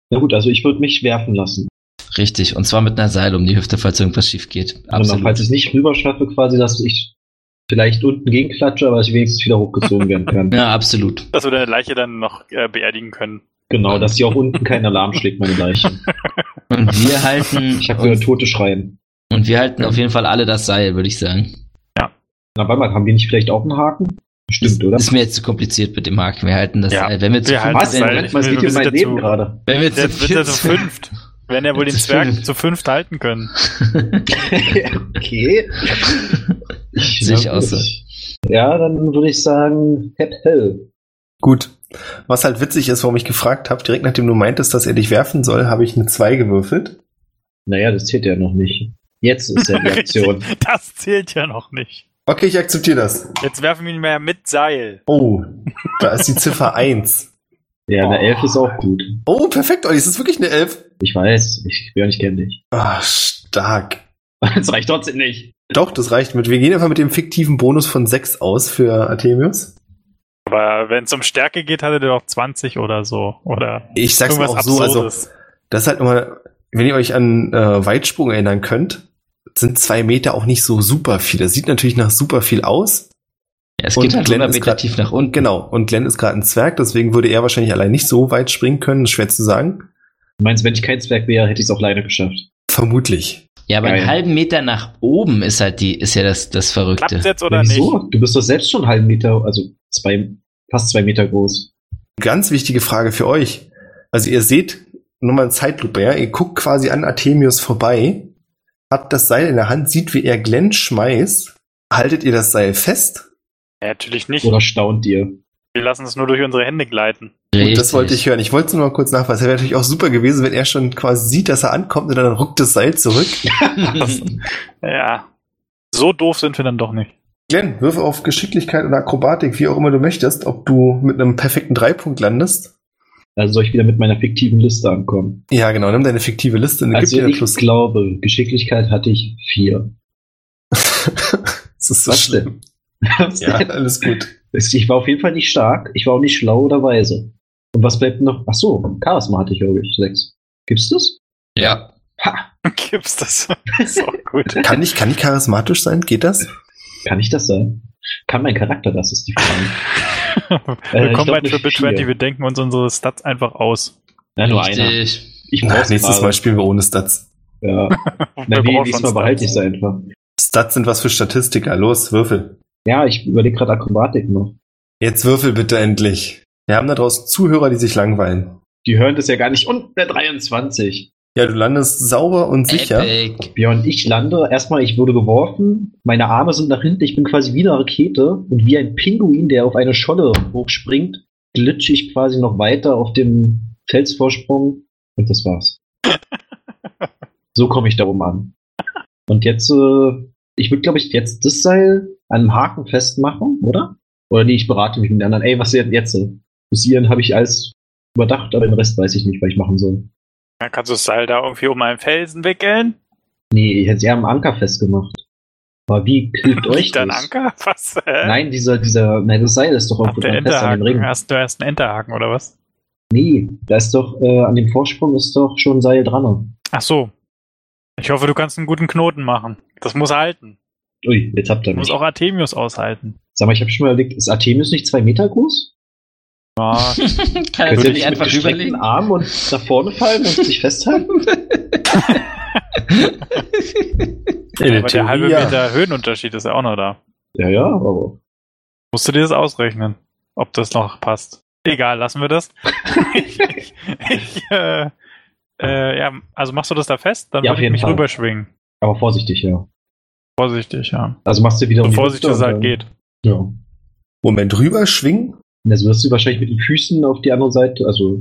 S2: Na gut, also ich würde mich werfen lassen.
S1: Richtig, und zwar mit einer Seil um die Hüfte, falls irgendwas schief geht.
S2: Genau,
S1: Absolut.
S2: falls ich es nicht rüber schaffe, quasi, dass ich vielleicht unten gegenklatsche, aber dass ich wenigstens wieder hochgezogen werden kann.
S1: Ja, absolut.
S5: Dass wir deine Leiche dann noch äh, beerdigen können.
S2: Genau, dass hier auch unten kein Alarm schlägt, meine Leiche.
S1: Und wir halten,
S2: Ich habe gehört,
S1: und,
S2: Tote schreien.
S1: und wir halten auf jeden Fall alle das Seil, würde ich sagen.
S2: Na, warte mal, haben die nicht vielleicht auch einen Haken? Stimmt, oder?
S1: Das ist mir jetzt zu kompliziert mit dem Haken. Wir halten das
S5: Ja.
S1: Seil. Wenn wir zu
S5: Wir halten
S1: fünf
S5: das
S1: sind,
S5: Seil.
S2: Moment mal, es geht
S5: Wir
S2: hier um
S5: sind
S2: mein
S5: dazu-
S2: Leben gerade.
S1: wenn wir zu
S5: Der wird ja
S1: viert
S5: zu
S1: sind.
S5: fünft. Wenn er wohl den
S1: Zu
S5: Zwerg
S1: fünft.
S5: zu fünft halten können.
S2: okay. Ich-
S1: Sehe ich
S2: na
S1: auch
S2: gut.
S1: so.
S2: Ja, dann würde ich sagen, Hep Hell.
S3: Gut. Was halt witzig ist, warum ich gefragt habe, direkt nachdem du meintest, dass er dich werfen soll, habe ich eine 2 gewürfelt.
S2: Naja, das zählt ja noch nicht. Jetzt ist ja die Aktion.
S5: Das zählt ja noch nicht.
S3: Okay, ich akzeptiere das.
S5: Jetzt werfen wir ihn mehr mit Seil.
S3: Oh, da ist die Ziffer 1.
S2: Ja, eine Elf ist auch gut.
S3: Oh, perfekt, Olli, es ist wirklich eine 11.
S2: Ich weiß, ich bin ja nicht gern dich.
S3: Ah, stark.
S2: Das reicht trotzdem nicht.
S3: Doch, das reicht mit. Wir gehen einfach mit dem fiktiven Bonus von 6 aus für Artemius.
S5: Aber wenn es um Stärke geht, hat er doch 20 oder so. Oder
S3: Ich sag's mal auch so, also das ist halt immer, wenn ihr euch an äh, Weitsprung erinnern könnt, sind zwei Meter auch nicht so super viel. Das sieht natürlich nach super viel aus.
S1: Ja, es
S3: Und
S1: geht halt
S3: Glenn
S1: 100
S3: ist
S1: Meter
S3: grad-
S1: tief nach unten.
S3: Genau, und Glenn ist gerade ein Zwerg, deswegen würde er wahrscheinlich allein nicht so weit springen können, ist schwer zu sagen.
S2: Du meinst, wenn ich kein Zwerg wäre, hätte ich es auch leider geschafft.
S3: Vermutlich.
S1: Ja, aber einen
S2: Geil.
S1: halben Meter nach oben ist halt die, ist ja das, das Verrückte.
S5: Klappt's jetzt oder
S2: Ja,
S5: nicht?
S2: wieso? Du bist doch selbst schon einen halben Meter, also zwei, fast zwei Meter groß.
S3: Ganz wichtige Frage für euch. Also ihr seht nochmal eine Zeitlupe, ja? Ihr guckt quasi an Artemius vorbei, habt das Seil in der Hand, sieht, wie er Glenn schmeißt. Haltet ihr das Seil fest?
S5: Ja, natürlich nicht.
S2: Oder staunt dir?
S5: Wir lassen es nur durch unsere Hände gleiten.
S3: Gut, das wollte ich hören. Ich wollte es nur mal kurz nachfassen. Es wäre natürlich auch super gewesen, wenn er schon quasi sieht, dass er ankommt und dann rückt das Seil zurück.
S5: Ja. So doof sind wir dann doch nicht.
S3: Glenn, wirf auf Geschicklichkeit oder Akrobatik, wie auch immer du möchtest, ob du mit einem perfekten Dreipunkt landest.
S2: Also soll ich wieder mit meiner fiktiven Liste ankommen.
S3: Ja, genau. Nimm deine fiktive Liste und gib
S2: Also
S3: dir den
S2: ich
S3: Schluss.
S2: glaube, Geschicklichkeit hatte ich vier.
S3: das ist so
S2: Was
S3: schlimm.
S2: Was
S3: Ja,
S2: denn?
S3: alles gut.
S2: Ich war auf jeden Fall nicht stark, ich war auch nicht schlau oder weise. Und was bleibt noch? Ach so, Charisma hatte ich, glaube ich, sechs. Gibt's das?
S1: Ja.
S2: Ha,
S5: Gibt's das? so gut.
S3: Kann ich, kann ich charismatisch sein? Geht das?
S2: kann ich das sein? Kann mein Charakter das, ist die Frage. ich
S5: Willkommen
S2: glaub,
S5: bei
S2: eine
S5: Triple
S2: vier.
S5: 20. Wir denken uns unsere Stats einfach aus.
S2: Ja, nur einer.
S1: Richtig.
S2: Ich
S3: Na,
S2: brauch's
S3: nächstes
S2: gerade.
S3: Mal spielen wir ohne Stats.
S2: Ja.
S5: Wir
S2: Na, wie,
S5: brauchen
S2: nächstes
S5: Stats.
S2: Mal behalte ich es halt einfach.
S3: Stats sind was für Statistiker. Los, würfel.
S2: Ja, ich überlege gerade Akrobatik noch.
S3: Jetzt würfel bitte endlich. Wir haben da draußen Zuhörer, die sich langweilen.
S2: Die hören das ja gar nicht. Und der 23.
S3: Ja, du landest sauber und sicher.
S1: Epic.
S2: Björn, ich lande. Erstmal, ich wurde geworfen. Meine Arme sind nach hinten. Ich bin quasi wie eine Rakete. Und wie ein Pinguin, der auf eine Scholle hochspringt, glitsche ich quasi noch weiter auf dem Felsvorsprung. Und das war's. so komme ich darum an. Und jetzt, äh, ich würde, glaube ich, jetzt das Seil an einem Haken festmachen, oder? Oder nee, ich berate mich mit den anderen. Ey, was denn jetzt? Bis hierhin habe ich alles überdacht, aber den Rest weiß ich nicht, was ich machen soll.
S5: Dann kannst du das Seil da irgendwie um einen Felsen wickeln.
S2: Nee, ich hätte sie eher am Anker festgemacht. Aber wie hilft euch
S5: Liegt da ein
S2: das?
S5: Anker? Was? Hä?
S2: Nein, dieser, dieser, nein, das Seil ist doch
S5: Ach,
S2: auch
S5: der
S2: fest an dem
S5: Enterhaken.
S2: Ring.
S5: Hast du erst einen Enterhaken oder was?
S2: Nee, da ist doch, äh, an dem Vorsprung ist doch schon Seil dran.
S5: Ach so. Ich hoffe, du kannst einen guten Knoten machen. Das muss halten.
S2: Ui, jetzt habt ihr
S5: Muss
S2: mich.
S5: auch Artemius aushalten.
S2: Sag mal, ich habe schon mal überlegt, ist Artemis nicht zwei Meter groß?
S5: Ja,
S1: Kann
S2: Könnt
S1: er
S2: ihr
S1: nicht
S2: nicht mit
S1: einfach
S2: gestreckten
S1: überlegen.
S2: Armen und nach vorne fallen und sich festhalten?
S3: In
S5: aber der halbe
S3: ja.
S5: Meter Höhenunterschied ist ja auch noch da.
S2: Ja, ja, aber.
S5: Musst du dir das ausrechnen, ob das noch passt. Egal, lassen wir das. ich ich, äh, Äh, ja, also machst du das da fest, dann
S2: Ja, auf
S5: würde ich
S2: jeden
S5: mich
S2: Fall.
S5: rüberschwingen.
S2: Aber vorsichtig, ja.
S5: Vorsichtig, ja.
S2: Also machst du wieder
S5: So
S2: um die
S5: vorsichtig
S2: Hüfte
S5: es halt
S2: und
S5: geht.
S2: dann- Ja.
S3: Moment, rüberschwingen?
S2: Und Also wirst du wahrscheinlich mit den Füßen auf die andere Seite, also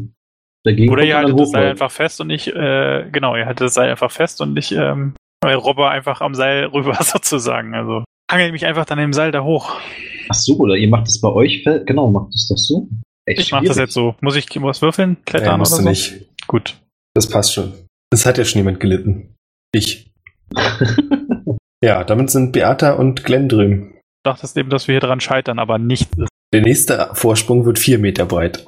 S2: dagegen.
S5: Oder
S2: kommt und dann
S5: ihr haltet das Seil
S2: hochläuft.
S5: einfach fest und ich, äh, genau, ihr haltet das Seil einfach fest und ich, ähm, weil Robber einfach am Seil rüber sozusagen. Also hangel mich einfach dann im Seil da hoch.
S2: Ach so, oder ihr macht das bei euch, fe- genau, macht das doch so. Echt
S5: Ich mach das
S2: schwierig.
S5: jetzt so. Muss ich was würfeln? Klettern
S3: Nein,
S5: oder
S3: musst
S5: so?
S3: du nicht.
S5: Gut.
S3: Das passt schon. Das hat ja schon jemand gelitten. Ich. ja, damit sind Beata und Glenn drüben.
S5: Du dachtest eben, dass wir hier dran scheitern, aber nicht.
S3: Der nächste Vorsprung wird vier Meter breit.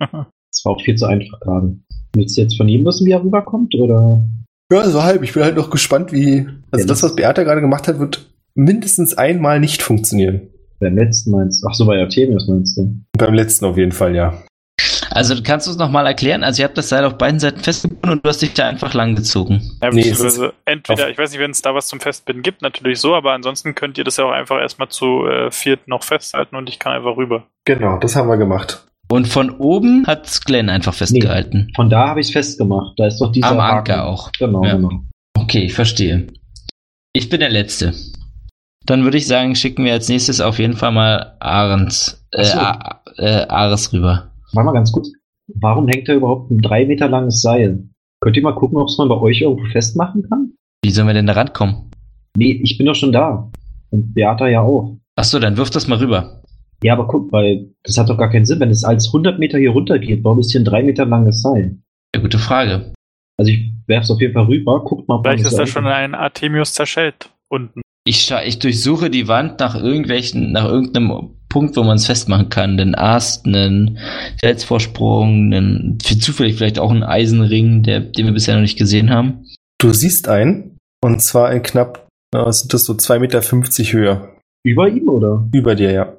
S2: Das war auch viel zu einfach gerade. Willst du jetzt von ihm wissen, wie er rüberkommt, oder?
S3: Ja, so halb. Ich bin halt noch gespannt, wie. Also
S2: Ja,
S3: das,
S2: das-
S3: was Beata gerade gemacht hat, wird mindestens einmal nicht funktionieren.
S2: Beim letzten meinst du? Ach so, bei Artemius meinst du?
S3: Beim letzten auf jeden Fall, ja.
S1: Also kannst du es nochmal erklären? Also ihr habt das Seil auf beiden Seiten festgebunden und du hast dich da einfach langgezogen.
S5: Ja,
S3: Nee,
S5: beziehungsweise entweder,
S3: auf-
S5: ich weiß nicht, wenn es da was zum Festbinden gibt, natürlich so, aber ansonsten könnt ihr das ja auch einfach erstmal zu äh, viert noch festhalten und ich kann einfach rüber.
S3: Genau, das haben wir gemacht.
S1: Und von oben hat's Glenn einfach festgehalten.
S2: Von da habe ich es festgemacht. Da ist doch dieser.
S1: Am
S2: Haken.
S1: Anker auch.
S2: Genau,
S1: Ja.
S2: genau.
S1: Okay, ich verstehe. Ich bin der Letzte. Dann würde ich sagen, schicken wir als nächstes auf jeden Fall mal Ahrens, äh,
S2: Ach so.
S1: A- äh, Ares rüber.
S2: Warte mal ganz kurz. Warum hängt da überhaupt ein drei Meter langes Seil? Könnt ihr mal gucken, ob es man bei euch irgendwo festmachen kann?
S1: Wie sollen wir denn da rankommen?
S2: Nee, ich bin doch schon da. Und Beata ja auch.
S1: Achso, dann wirf das mal rüber.
S2: Ja, aber guck, weil das hat doch gar keinen Sinn, wenn es als 100 Meter hier runter geht. Warum ist hier ein drei Meter langes Seil?
S1: Ja, gute Frage.
S2: Also ich werf's auf jeden Fall rüber, guckt mal. ob man
S5: Vielleicht
S2: das
S5: ist da
S2: erkennt.
S5: schon ein Artemius zerschellt unten.
S1: Ich, scha- ich durchsuche die Wand nach irgendwelchen, nach irgendeinem Punkt, wo man es festmachen kann. Den Ast, einen Felsvorsprung, einen, für zufällig vielleicht auch einen Eisenring, der, den wir bisher noch nicht gesehen haben.
S3: Du siehst einen, und zwar in knapp, äh, sind das so 2,50 Meter Höhe.
S2: Über ihm, oder?
S3: Über dir, ja.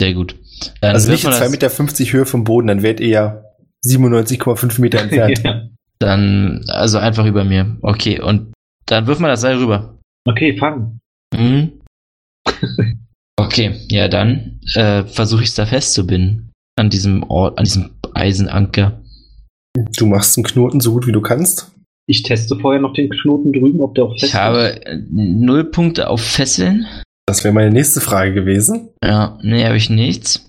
S1: Sehr gut. Dann
S3: also
S1: wirf
S3: nicht in
S1: mal
S3: 2,50
S1: das-
S3: Meter Höhe vom Boden, dann wärt ihr ja 97,5 Meter entfernt.
S2: Ja.
S1: Dann, also einfach über mir. Okay, und dann wirf mal das Seil rüber.
S2: Okay, fang.
S1: Mhm. okay, ja, dann äh, versuche ich es da festzubinden. An diesem Ort, an diesem Eisenanker.
S3: Du machst einen Knoten so gut wie du kannst.
S2: Ich teste vorher noch den Knoten drüben, ob der auch fest
S1: Ich habe äh, null Punkte auf Fesseln.
S3: Das wäre meine nächste Frage gewesen.
S1: Ja, nee, habe ich nichts.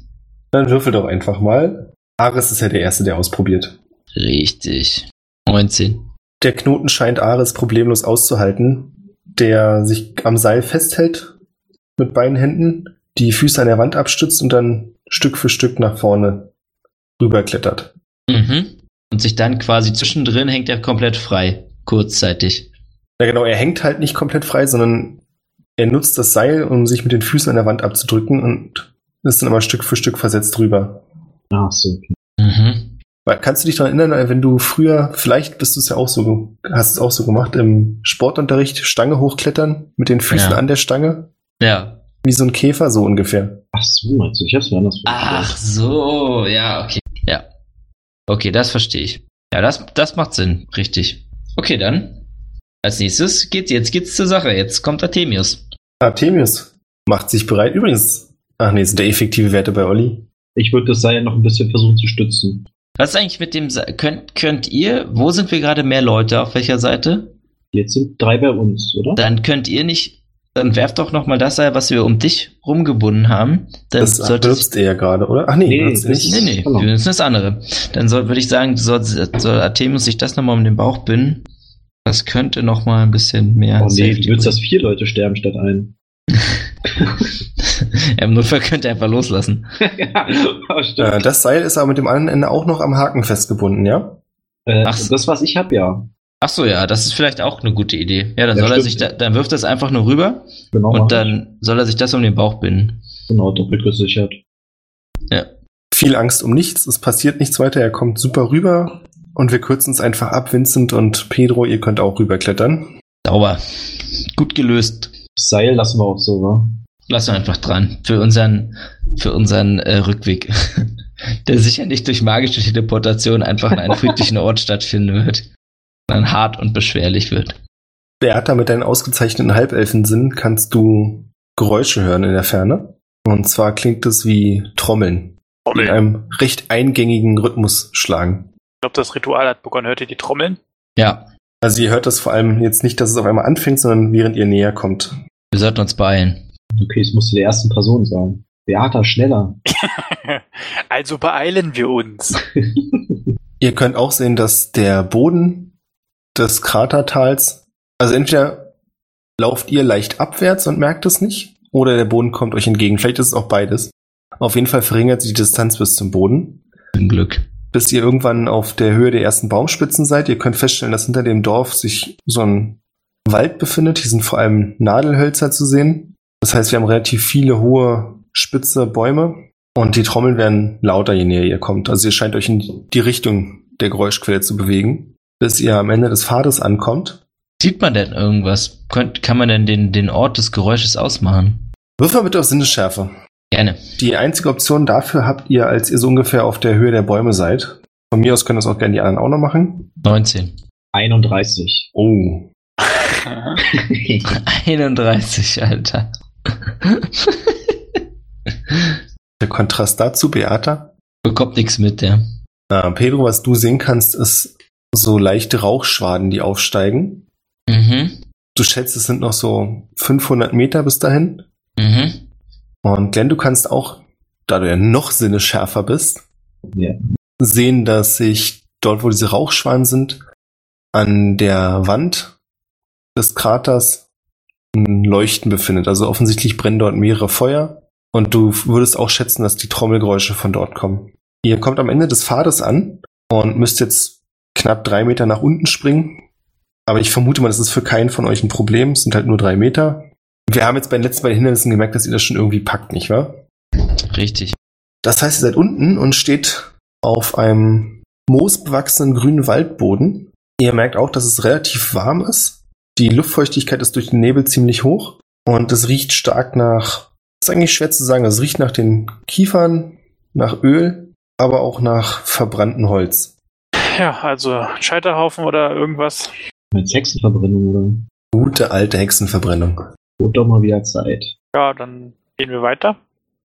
S3: Dann würfel doch einfach mal. Ares ist ja der Erste, der ausprobiert.
S1: Richtig. 19.
S3: Der Knoten scheint Ares problemlos auszuhalten, der sich am Seil festhält mit beiden Händen, die Füße an der Wand abstützt und dann Stück für Stück nach vorne rüberklettert.
S1: Mhm. Und sich dann quasi zwischendrin hängt er komplett frei. Kurzzeitig.
S3: Ja genau, er hängt halt nicht komplett frei, sondern er nutzt das Seil, um sich mit den Füßen an der Wand abzudrücken und ist dann immer Stück für Stück versetzt drüber.
S2: Ach Ah, so. okay.
S1: Mhm.
S3: Weil, Kannst du dich daran erinnern, wenn du früher, vielleicht bist du es ja auch so, ge- hast es auch so gemacht, im Sportunterricht Stange hochklettern, mit den Füßen
S1: Ja.
S3: an der Stange,
S1: Ja.
S3: wie so ein Käfer, so ungefähr.
S2: Ach so, meinst du? Ich hab's mir anders
S1: Ach so, ja, okay. Ja. Okay, das verstehe ich. Ja, das, das macht Sinn, richtig. Okay, dann. Als nächstes geht's, jetzt geht's zur Sache. Jetzt kommt Artemius.
S3: Artemius macht sich bereit. Übrigens, ach nee, sind der effektive Werte bei Olli.
S2: Ich würde das Seil noch ein bisschen versuchen zu stützen.
S1: Was ist eigentlich mit dem, Sa- könnt, könnt ihr, wo sind wir gerade mehr Leute, auf welcher Seite?
S2: Jetzt sind drei bei uns, oder?
S1: Dann könnt ihr nicht, dann werft doch nochmal das Seil, was wir um dich rumgebunden haben. Dann
S3: Das wirfst er ja gerade, oder? Ach nee,
S2: Nee,
S3: wirbst
S2: das
S3: nicht.
S1: Nee, nee,
S2: Genau.
S1: wir nutzen das andere. Dann soll, würde ich sagen, soll, soll Artemis sich das nochmal um den Bauch binden. Das könnte nochmal ein bisschen mehr.
S2: oh nee,
S1: Safety
S2: du willst, dass
S1: bringen.
S2: vier Leute sterben statt ein.
S1: Ja, Im Notfall könnte er einfach loslassen.
S2: ja,
S3: Äh,
S2: Oh, stimmt.
S3: das Seil ist aber mit dem anderen Ende auch noch am Haken festgebunden, ja?
S2: Äh,
S1: ach so.
S2: das, was ich hab, ja.
S1: Ach so, ja, das ist vielleicht auch eine gute Idee. Ja, dann
S2: Ja,
S1: soll er
S2: stimmt.
S1: sich, da, dann wirft das einfach nur rüber
S2: Genau. mach
S1: und dann soll er sich das um den Bauch binden.
S2: ich. Genau, doppelt gesichert.
S3: viel Angst um nichts, es passiert nichts weiter, er kommt super rüber und wir kürzen es einfach ab. Vincent und Pedro, ihr könnt auch rüberklettern.
S1: Sauber. Gut gelöst.
S2: Das Seil lassen wir auch so, wa?
S1: Lassen wir einfach dran. Für unseren, für unseren äh, Rückweg. Der sicher nicht durch magische Teleportation einfach an einem friedlichen Ort stattfinden wird. Sondern hart und beschwerlich wird.
S3: Beata, mit deinem ausgezeichneten Halbelfensinn kannst du Geräusche hören in der Ferne. Und zwar klingt es wie Trommeln, die in einem recht eingängigen Rhythmus schlagen.
S5: glaube, das Ritual hat begonnen. Hört ihr die Trommeln?
S1: Ja,
S3: Also ihr hört das vor allem jetzt nicht, dass es auf einmal anfängt, sondern während ihr näher kommt.
S1: wir sollten uns beeilen.
S2: Okay, ich musste der ersten Person sagen. Beata, schneller.
S5: also beeilen wir uns.
S3: Ihr könnt auch sehen, dass der Boden des Kratertals, also entweder lauft ihr leicht abwärts und merkt es nicht, oder der Boden kommt euch entgegen. Vielleicht ist es auch beides. Auf jeden Fall verringert sich die Distanz bis zum Boden,
S1: Zum Glück.
S3: bis ihr irgendwann auf der Höhe der ersten Baumspitzen seid. Ihr könnt feststellen, dass hinter dem Dorf sich so ein Wald befindet. Hier sind vor allem Nadelhölzer zu sehen. Das heißt, wir haben relativ viele hohe, spitze Bäume. Und die Trommeln werden lauter, je näher ihr kommt. Also ihr scheint euch in die Richtung der Geräuschquelle zu bewegen, bis ihr am Ende des Pfades ankommt.
S1: Sieht man denn irgendwas? Könnt, kann man denn den, den Ort des Geräusches ausmachen?
S3: Wirf mal bitte auf Sinnesschärfe.
S1: Gerne.
S3: Die einzige Option dafür habt ihr, als ihr so ungefähr auf der Höhe der Bäume seid. Von mir aus können das auch gerne die anderen auch noch machen.
S1: 19.
S2: 31.
S3: Oh.
S2: Ach,
S1: 31, Alter.
S3: Der Kontrast dazu, Beata.
S1: Bekommt nichts mit, der.
S3: Ah, Pedro, was du sehen kannst, ist so leichte Rauchschwaden, die aufsteigen.
S1: Mhm.
S3: Du schätzt, es sind noch so 500 Meter bis dahin.
S1: Mhm.
S3: Und Glenn, du kannst auch, da du ja noch sinnesschärfer bist,
S2: Ja.
S3: sehen, dass sich dort, wo diese Rauchschwaden sind, an der Wand des Kraters ein Leuchten befindet. Also offensichtlich brennen dort mehrere Feuer. Und du würdest auch schätzen, dass die Trommelgeräusche von dort kommen. Ihr kommt am Ende des Pfades an und müsst jetzt knapp drei Meter nach unten springen. Aber ich vermute mal, das ist für keinen von euch ein Problem. Es sind halt nur drei Meter. Wir haben jetzt bei den letzten beiden Hindernissen gemerkt, dass ihr das schon irgendwie packt, nicht wahr?
S1: Richtig.
S3: Das heißt, ihr seid unten und steht auf einem moosbewachsenen grünen Waldboden. Ihr merkt auch, dass es relativ warm ist. Die Luftfeuchtigkeit ist durch den Nebel ziemlich hoch und es riecht stark nach, ist eigentlich schwer zu sagen, es riecht nach den Kiefern, nach Öl, aber auch nach verbranntem Holz.
S5: Ja, also Scheiterhaufen oder irgendwas.
S2: Mit Hexenverbrennung, oder?
S3: Gute alte Hexenverbrennung.
S2: Wurde doch mal wieder Zeit.
S5: Ja, dann gehen wir weiter.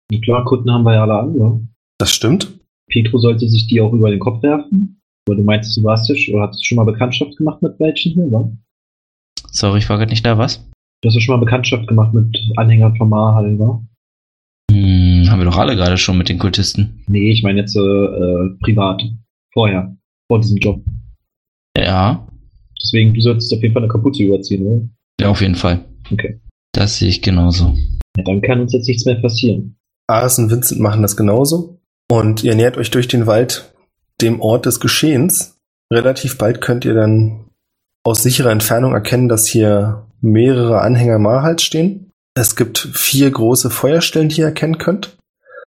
S2: Na klar, Kunden haben wir ja alle an, ja.
S3: Das stimmt.
S2: Pietro sollte sich die auch über den Kopf werfen. Aber du meinst, du warst ja schon, oder hast schon mal Bekanntschaft gemacht mit welchen hier, wa?
S1: Sorry, ich war gerade nicht da, was?
S2: Du hast ja schon mal Bekanntschaft gemacht mit Anhängern von Mahal, wa?
S1: Hm, haben wir doch alle gerade schon mit den Kultisten.
S2: Nee, ich meine jetzt äh, äh, privat. Vorher. Vor diesem Job.
S1: Ja,
S2: Deswegen, du solltest auf jeden Fall eine Kapuze überziehen, oder?
S1: ja, auf jeden Fall.
S2: Okay.
S1: Das sehe ich genauso.
S2: Ja, dann kann uns jetzt nichts mehr passieren.
S3: Ares und Vincent machen das genauso. Und ihr nähert euch durch den Wald dem Ort des Geschehens. Relativ bald könnt ihr dann aus sicherer Entfernung erkennen, dass hier mehrere Anhänger Mahals stehen. Es gibt vier große Feuerstellen, die ihr erkennen könnt.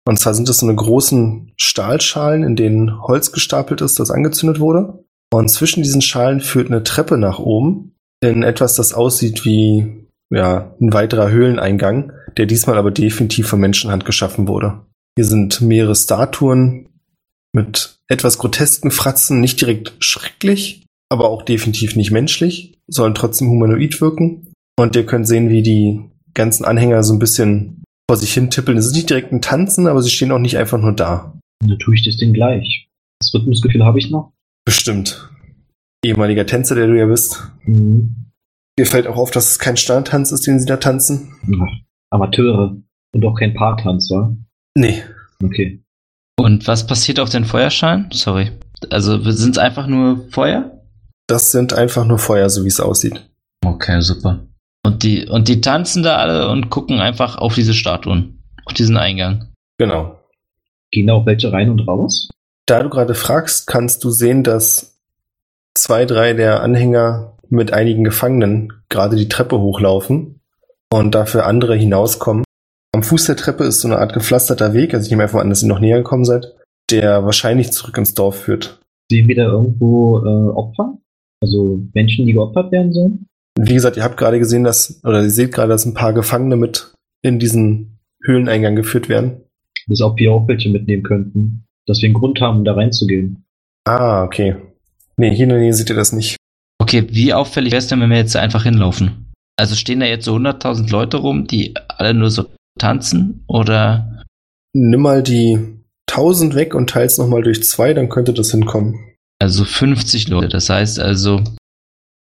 S3: Und zwar sind es so eine großen Stahlschalen, in denen Holz gestapelt ist, das angezündet wurde. Und zwischen diesen Schalen führt eine Treppe nach oben in etwas, das aussieht wie ja, ein weiterer Höhleneingang, der diesmal aber definitiv von Menschenhand geschaffen wurde. Hier sind mehrere Statuen mit etwas grotesken Fratzen, nicht direkt schrecklich, aber auch definitiv nicht menschlich, sollen trotzdem humanoid wirken. Und ihr könnt sehen, wie die ganzen Anhänger so ein bisschen vor sich hin tippeln. Es ist nicht direkt ein Tanzen, aber sie stehen auch nicht einfach nur da.
S2: Und dann tue ich das Ding gleich. Das Rhythmusgefühl habe ich noch.
S3: Bestimmt. Ehemaliger Tänzer, der du ja bist.
S2: Mhm.
S3: Dir fällt auch auf, dass es kein Standtanz ist, den sie da tanzen.
S2: Ach, Amateure. Und auch kein Paartanz, wa?
S3: Nee,
S2: Okay.
S1: Und was passiert auf den Feuerschalen? Sorry. Also sind es einfach nur Feuer?
S3: das sind einfach nur Feuer, so wie es aussieht.
S1: Okay, super. Und die, und die tanzen da alle und gucken einfach auf diese Statuen. Auf diesen Eingang.
S3: Genau.
S2: Gehen da auch welche rein und raus?
S3: Da du gerade fragst, kannst du sehen, dass zwei, drei der Anhänger mit einigen Gefangenen gerade die Treppe hochlaufen und dafür andere hinauskommen. Am Fuß der Treppe ist so eine Art gepflasterter Weg, also ich nehme einfach an, dass ihr noch näher gekommen seid, der wahrscheinlich zurück ins Dorf führt.
S2: Sehen wir da irgendwo äh, Opfer? Also Menschen, die geopfert werden sollen?
S3: Und wie gesagt, ihr habt gerade gesehen, dass, oder ihr seht gerade, dass ein paar Gefangene mit in diesen Höhleneingang geführt werden.
S2: Bis ob wir auch welche mitnehmen könnten. Dass wir einen Grund haben, um da reinzugehen.
S3: Ah, okay. Nee, hier in der Nähe seht ihr das nicht.
S1: Okay, wie auffällig wäre es denn, wenn wir jetzt da einfach hinlaufen? Also stehen da jetzt so 100.000 Leute rum, die alle nur so tanzen? Oder
S3: Nimm mal die 1000 weg und teils nochmal durch zwei, dann könnte das hinkommen.
S1: Also 50 Leute. Das heißt also,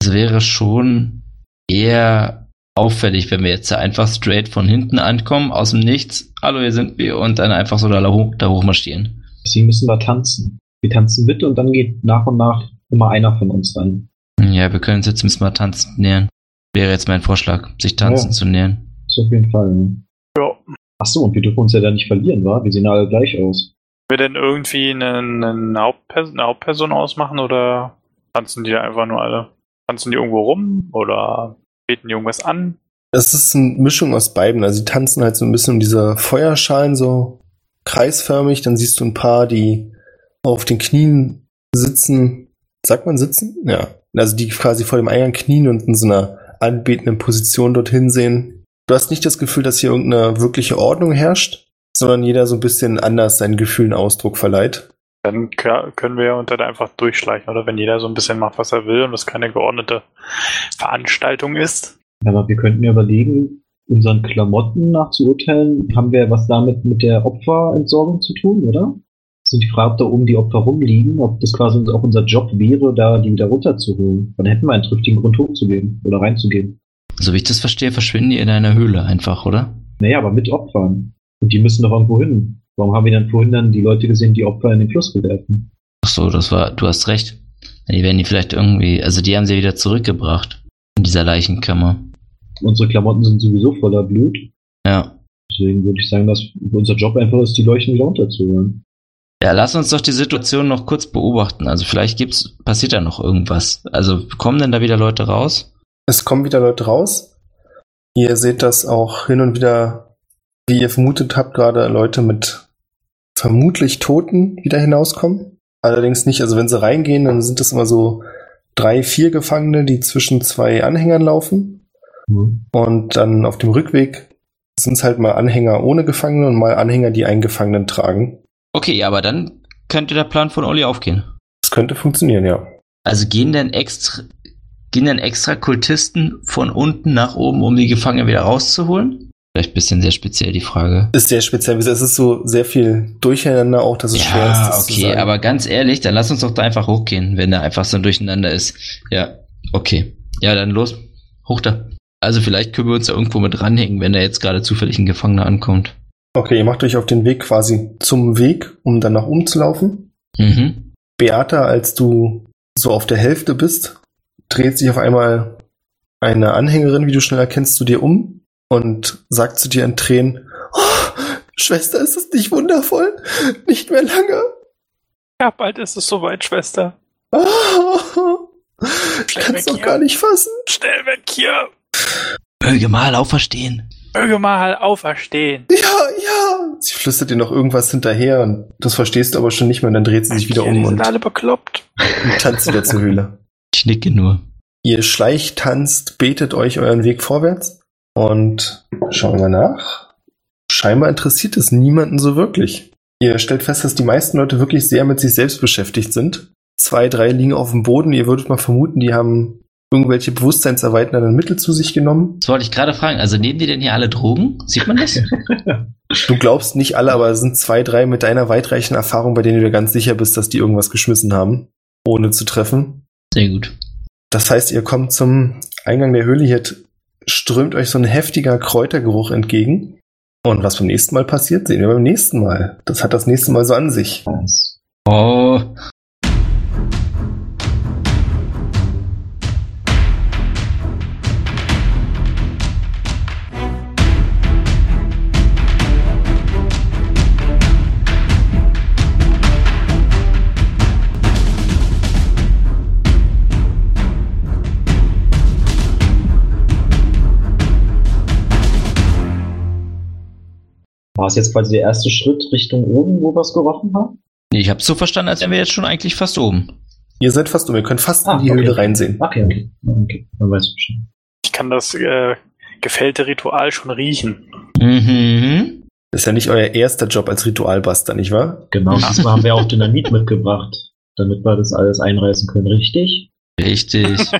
S1: es wäre schon eher auffällig, wenn wir jetzt da einfach straight von hinten ankommen, aus dem Nichts, hallo, hier sind wir, und dann einfach so da hoch, da hoch marschieren.
S2: Deswegen müssen wir tanzen. Wir tanzen mit und dann geht nach und nach immer einer von uns ran.
S1: Ja, wir können uns jetzt müssen mal tanzen nähern. Wäre jetzt mein Vorschlag, sich tanzen
S2: Ja.
S1: zu nähern.
S2: Ist auf jeden Fall. Ne?
S5: Ja.
S2: Ach so, und wir dürfen uns ja da nicht verlieren, wa? Wir sehen alle gleich aus.
S5: wir denn irgendwie einen, einen Hauptperson, eine Hauptperson ausmachen oder tanzen die da einfach nur alle? Tanzen die irgendwo rum oder beten die irgendwas an?
S3: Es ist eine Mischung aus beiden. Also die tanzen halt so ein bisschen um diese Feuerschalen so kreisförmig. Dann siehst du ein paar, die auf den Knien sitzen. Sagt man sitzen? Ja. Also die quasi vor dem Eingang knien und in so einer anbetenden Position dorthin sehen. Du hast nicht das Gefühl, dass hier irgendeine wirkliche Ordnung herrscht, sondern jeder so ein bisschen anders seinen Gefühlen Ausdruck verleiht.
S5: Dann k- können wir ja unter da einfach durchschleichen, oder wenn jeder so ein bisschen macht, was er will und das keine geordnete Veranstaltung ist.
S2: Aber wir könnten ja überlegen, unseren Klamotten nachzuurteilen, haben wir was damit mit der Opferentsorgung zu tun, oder? Das ist die Frage, ob da oben die Opfer rumliegen, ob das quasi uns- auch unser Job wäre, da die wieder runterzuholen. Dann hätten wir einen triftigen Grund hochzugehen oder reinzugehen.
S1: So wie ich das verstehe, verschwinden die in einer Höhle einfach, oder?
S2: Naja, aber mit Opfern. Und die müssen doch irgendwo hin. Warum haben wir dann vorhin dann die Leute gesehen, die Opfer in den Fluss gewerfen?
S1: Ach so, das war, du hast recht. Die werden die vielleicht irgendwie, also die haben sie wieder zurückgebracht. In dieser Leichenkammer.
S2: Unsere Klamotten sind sowieso voller Blut.
S1: Ja.
S2: Deswegen würde ich sagen, dass unser Job einfach ist, die Leuchten wieder runterzuholen.
S1: Ja, lass uns doch die Situation noch kurz beobachten. Also vielleicht gibt's, passiert da noch irgendwas. Also kommen denn da wieder Leute raus?
S3: Es kommen wieder Leute raus. Ihr seht das auch hin und wieder, wie ihr vermutet habt, gerade Leute mit vermutlich Toten wieder hinauskommen. Allerdings nicht, also wenn sie reingehen, dann sind das immer so drei, vier Gefangene, die zwischen zwei Anhängern laufen.
S2: Hm.
S3: Und dann auf dem Rückweg sind es halt mal Anhänger ohne Gefangene und mal Anhänger, die einen Gefangenen tragen.
S1: Okay, aber dann könnte der Plan von Olli aufgehen.
S3: Das könnte funktionieren, ja.
S1: Also gehen denn extra, gehen denn extra Kultisten von unten nach oben, um die Gefangenen wieder rauszuholen? Vielleicht ein bisschen sehr speziell die Frage.
S3: Ist sehr speziell, wie gesagt, es ist so sehr viel Durcheinander auch, dass es schwer ist.
S1: Ja,
S3: das zu
S1: okay,
S3: sagen.
S1: aber ganz ehrlich, dann lass uns doch da einfach hochgehen, wenn da einfach so ein Durcheinander ist. Ja, okay. Ja, dann los. Hoch da. Also vielleicht können wir uns da irgendwo mit ranhängen, wenn da jetzt gerade zufällig ein Gefangener ankommt.
S3: Okay, ihr macht euch auf den Weg quasi zum Weg, um dann nach oben zu laufen.
S1: Mhm.
S3: Beata, als du so auf der Hälfte bist, dreht sich auf einmal eine Anhängerin, wie du schnell erkennst, zu dir um und sagt zu dir in Tränen, oh, Schwester, ist das nicht wundervoll? Nicht mehr lange.
S5: Ja, bald ist es soweit, Schwester.
S3: Oh, ich
S5: Schnell
S3: kann
S5: weg
S3: es doch
S5: hier.
S3: gar nicht fassen.
S5: Schnell weg hier!
S1: Möge mal auferstehen.
S5: Möge mal auferstehen.
S3: Ja, ja. Sie flüstert dir noch irgendwas hinterher und das verstehst du aber schon nicht mehr und dann dreht sie sich wieder
S5: Hier,
S3: um
S5: die sind
S3: und
S5: alle bekloppt.
S3: tanzt wieder zur Höhle.
S1: Ich nicke nur.
S3: Ihr schleicht, tanzt, betet euch euren Weg vorwärts und schauen wir nach. Scheinbar interessiert es niemanden so wirklich. Ihr stellt fest, dass die meisten Leute wirklich sehr mit sich selbst beschäftigt sind. Zwei, drei liegen auf dem Boden. Ihr würdet mal vermuten, die haben irgendwelche bewusstseinserweiternden Mittel zu sich genommen.
S1: Das wollte ich gerade fragen. Also nehmen die denn hier alle Drogen? Sieht man das?
S3: Du glaubst nicht alle, aber es sind zwei, drei mit deiner weitreichenden Erfahrung, bei denen du dir ganz sicher bist, dass die irgendwas geschmissen haben, ohne zu treffen.
S1: Sehr gut.
S3: Das heißt, ihr kommt zum Eingang der Höhle, hier t- strömt euch so ein heftiger Kräutergeruch entgegen. Und was beim nächsten Mal passiert, sehen wir beim nächsten Mal. Das hat das nächste Mal so an sich.
S2: Was?
S1: Oh.
S2: War es jetzt quasi der erste Schritt Richtung oben, wo wir es gerochen haben?
S1: Nee, Ich hab's so verstanden, als wären wir jetzt schon eigentlich fast oben.
S3: Ihr seid fast um, ihr könnt fast
S2: Ah,
S3: in die
S2: okay.
S3: Höhle reinsehen.
S2: Okay, okay. okay. Dann weiß ich schon.
S5: Ich kann das äh, gefällte Ritual schon riechen.
S1: Mhm.
S3: Das ist ja nicht euer erster Job als Ritualbuster, nicht wahr?
S2: Genau,
S5: Ja.
S2: diesmal haben wir auch Dynamit mitgebracht, damit wir das alles einreißen können, richtig?
S1: Richtig. Also,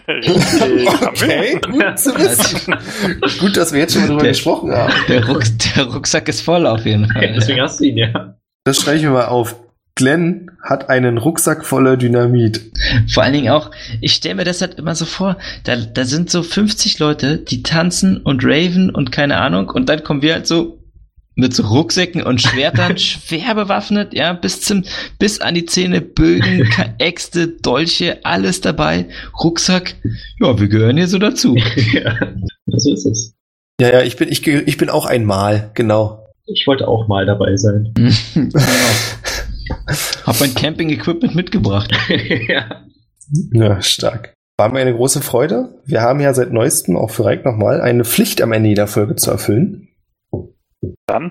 S5: Richtig. Haben wir.
S3: gut zu wissen. Also gut, dass wir jetzt schon mal drüber
S1: Der-
S3: gesprochen haben.
S1: der, Rucks der Rucksack ist voll auf jeden Fall.
S2: hast du ihn ja.
S3: Das schreibe ich mir mal auf. Glenn hat einen Rucksack voller Dynamit.
S1: Vor allen Dingen auch, ich stelle mir das halt immer so vor, da, da sind so 50 Leute, die tanzen und raven und keine Ahnung, und dann kommen wir halt so mit so Rucksäcken und Schwertern schwer bewaffnet, ja, bis zum, bis an die Zähne, Bögen, Ka- Äxte, Dolche, alles dabei, Rucksack, ja, wir gehören hier so dazu.
S2: ja, so ist es.
S3: Ja, ja, ich bin, ich, geh- ich bin auch einmal, genau.
S2: Ich wollte auch mal dabei sein.
S1: Hab mein Camping-Equipment mitgebracht.
S2: ja.
S3: Ja, stark. War mir eine große Freude. Wir haben ja seit neuestem, auch für Reik nochmal, eine Pflicht am Ende jeder Folge zu erfüllen.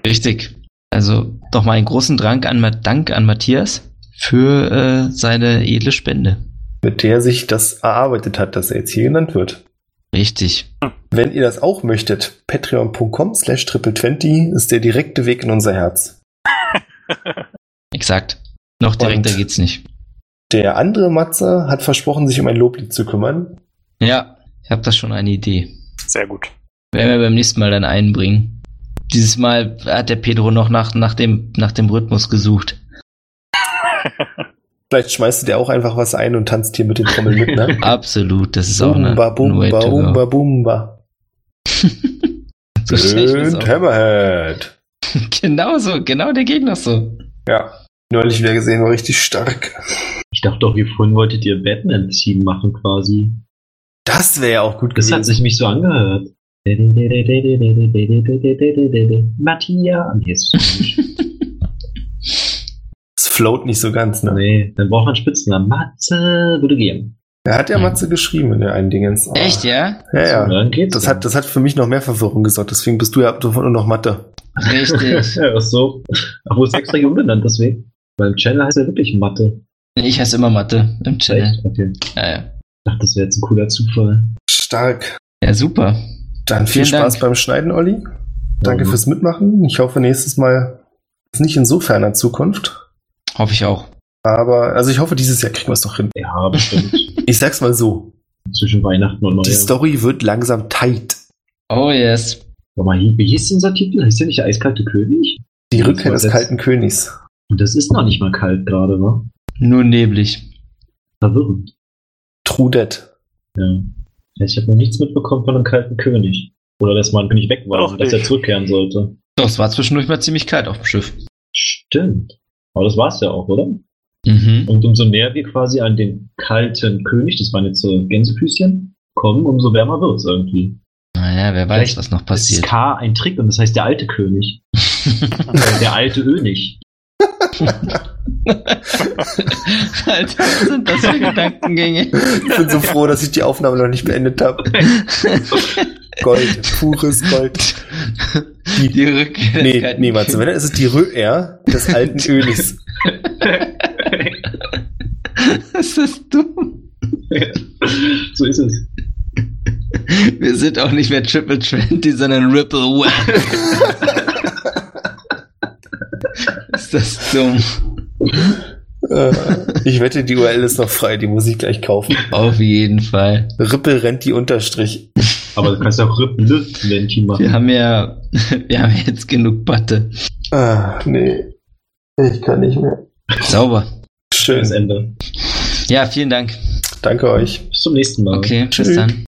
S1: Richtig. Also nochmal einen großen Dank an, Ma- Dank an Matthias für äh, seine edle Spende.
S3: mit der sich das erarbeitet hat, dass er jetzt hier genannt wird.
S1: Richtig.
S3: Wenn ihr das auch möchtet, patreon.com slash triple20 ist der direkte Weg in unser Herz.
S1: Exakt. Noch direkter
S3: Und-
S1: geht's nicht.
S3: Der andere Matze hat versprochen, sich um ein Loblied zu kümmern.
S1: Ja, ich habe da schon eine Idee.
S5: Sehr gut.
S1: Werden wir beim nächsten Mal dann einbringen. Dieses Mal hat der Pedro noch nach, nach, dem, nach dem Rhythmus gesucht.
S3: Vielleicht schmeißt ihr auch einfach was ein und tanzt hier mit den Trommeln mit, ne?
S1: Absolut, das ist auch eine,
S3: Bumba,
S1: eine Way
S3: bumba,
S1: to
S3: bumba,
S1: go.
S3: bumba.
S1: So schlecht ist
S3: Und
S1: auch.
S3: Hammerhead.
S1: Genau so, genau der Gegner so.
S3: Ja. Neulich wieder gesehen, war richtig stark.
S2: Ich dachte doch, ihr vorhin wolltet ihr Batman-Team machen quasi.
S3: Das wäre ja auch gut
S2: Das hat
S3: gewesen.
S2: sich mich so angehört. Matthias. Nee, ist-
S3: Das float nicht so ganz, ne?
S2: nee, dann braucht man Spitznamen. Matze würde gehen.
S3: Er hat ja
S1: Mhm.
S3: Matze geschrieben in der einen Dingens. Ah,
S1: Echt, ja?
S3: Ja, ja.
S2: So, dann geht's.
S3: Das hat, das hat für mich noch mehr Verwirrung gesorgt, deswegen bist du ja ab sofort nur noch Mathe.
S1: Richtig.
S2: ja, ist so. Obwohl es extra hier umbenannt, deswegen. Beim Channel heißt er wirklich Mathe.
S1: Ich heiße immer Mathe im Channel.
S2: Echt? Okay. Ich
S1: Ja, ja.
S2: dachte, das wäre jetzt ein cooler Zufall.
S3: Stark.
S1: ja, super.
S3: Dann viel
S1: Vielen
S3: Spaß
S1: Dank.
S3: beim Schneiden, Olli. Danke
S2: Mhm.
S3: fürs Mitmachen. Ich hoffe, nächstes Mal ist nicht in so ferner Zukunft.
S1: Hoffe ich auch.
S3: Aber, also ich hoffe, dieses Jahr kriegen wir es doch hin.
S2: Ja, bestimmt.
S3: Ich sag's mal so.
S2: Zwischen Weihnachten und
S3: Die
S2: Neujahr.
S3: Story wird langsam tight.
S1: Oh yes.
S2: Sag mal, wie wie hieß denn unser Titel? Hieß der nicht der eiskalte König?
S3: Die
S2: Das
S3: Rückkehr
S2: war
S3: des
S2: jetzt-
S3: kalten Königs.
S2: Und das ist noch nicht mal kalt gerade, wa?
S1: Nur neblig.
S2: Verwirrend.
S3: Trudet.
S2: Ja. Ja, Ich habe noch nichts mitbekommen von einem kalten König. Oder dass man König weg war
S5: Doch
S2: und dass er
S5: nicht.
S2: zurückkehren sollte.
S1: Doch, es war zwischendurch mal ziemlich kalt auf dem Schiff.
S2: Stimmt. Aber das war's ja auch, oder?
S1: Mhm.
S2: Und umso näher wir quasi an den kalten König, das waren jetzt so Gänsefüßchen, kommen, umso wärmer wird's irgendwie.
S1: Naja, wer weiß,
S2: Vielleicht
S1: was noch
S2: Das ist
S1: passiert.
S2: K ein Trick und das heißt der alte König. Äh, der alte Önig.
S1: Alter, was sind das für Gedankengänge?
S3: Ich bin so froh, dass ich die Aufnahme noch nicht beendet habe. Gold. Pures Gold.
S1: Die Rückkehr. des
S3: Nee,
S1: kalten
S3: nee, Matze, wenn dann ist es die Rückkehr des alten Königs.
S1: Krieges. Ist das dumm?
S2: so ist es.
S1: Wir sind auch nicht mehr Triple Twenty, sondern Ripple One. Ist das dumm?
S3: Äh, Ich wette, die URL ist noch frei, die muss ich gleich kaufen.
S1: Auf jeden Fall.
S3: Rippel rennt die Unterstrich.
S2: Aber du kannst auch Rippenlüftlenti machen.
S1: Wir haben ja, wir haben jetzt genug Batte.
S3: Ah, nee. Ich kann nicht mehr.
S1: Sauber.
S2: Schönes
S3: Schön.
S2: Ende.
S1: Ja, vielen Dank.
S3: Danke euch.
S2: Bis zum nächsten Mal.
S1: Okay,
S3: Tschüss.
S1: bis dann.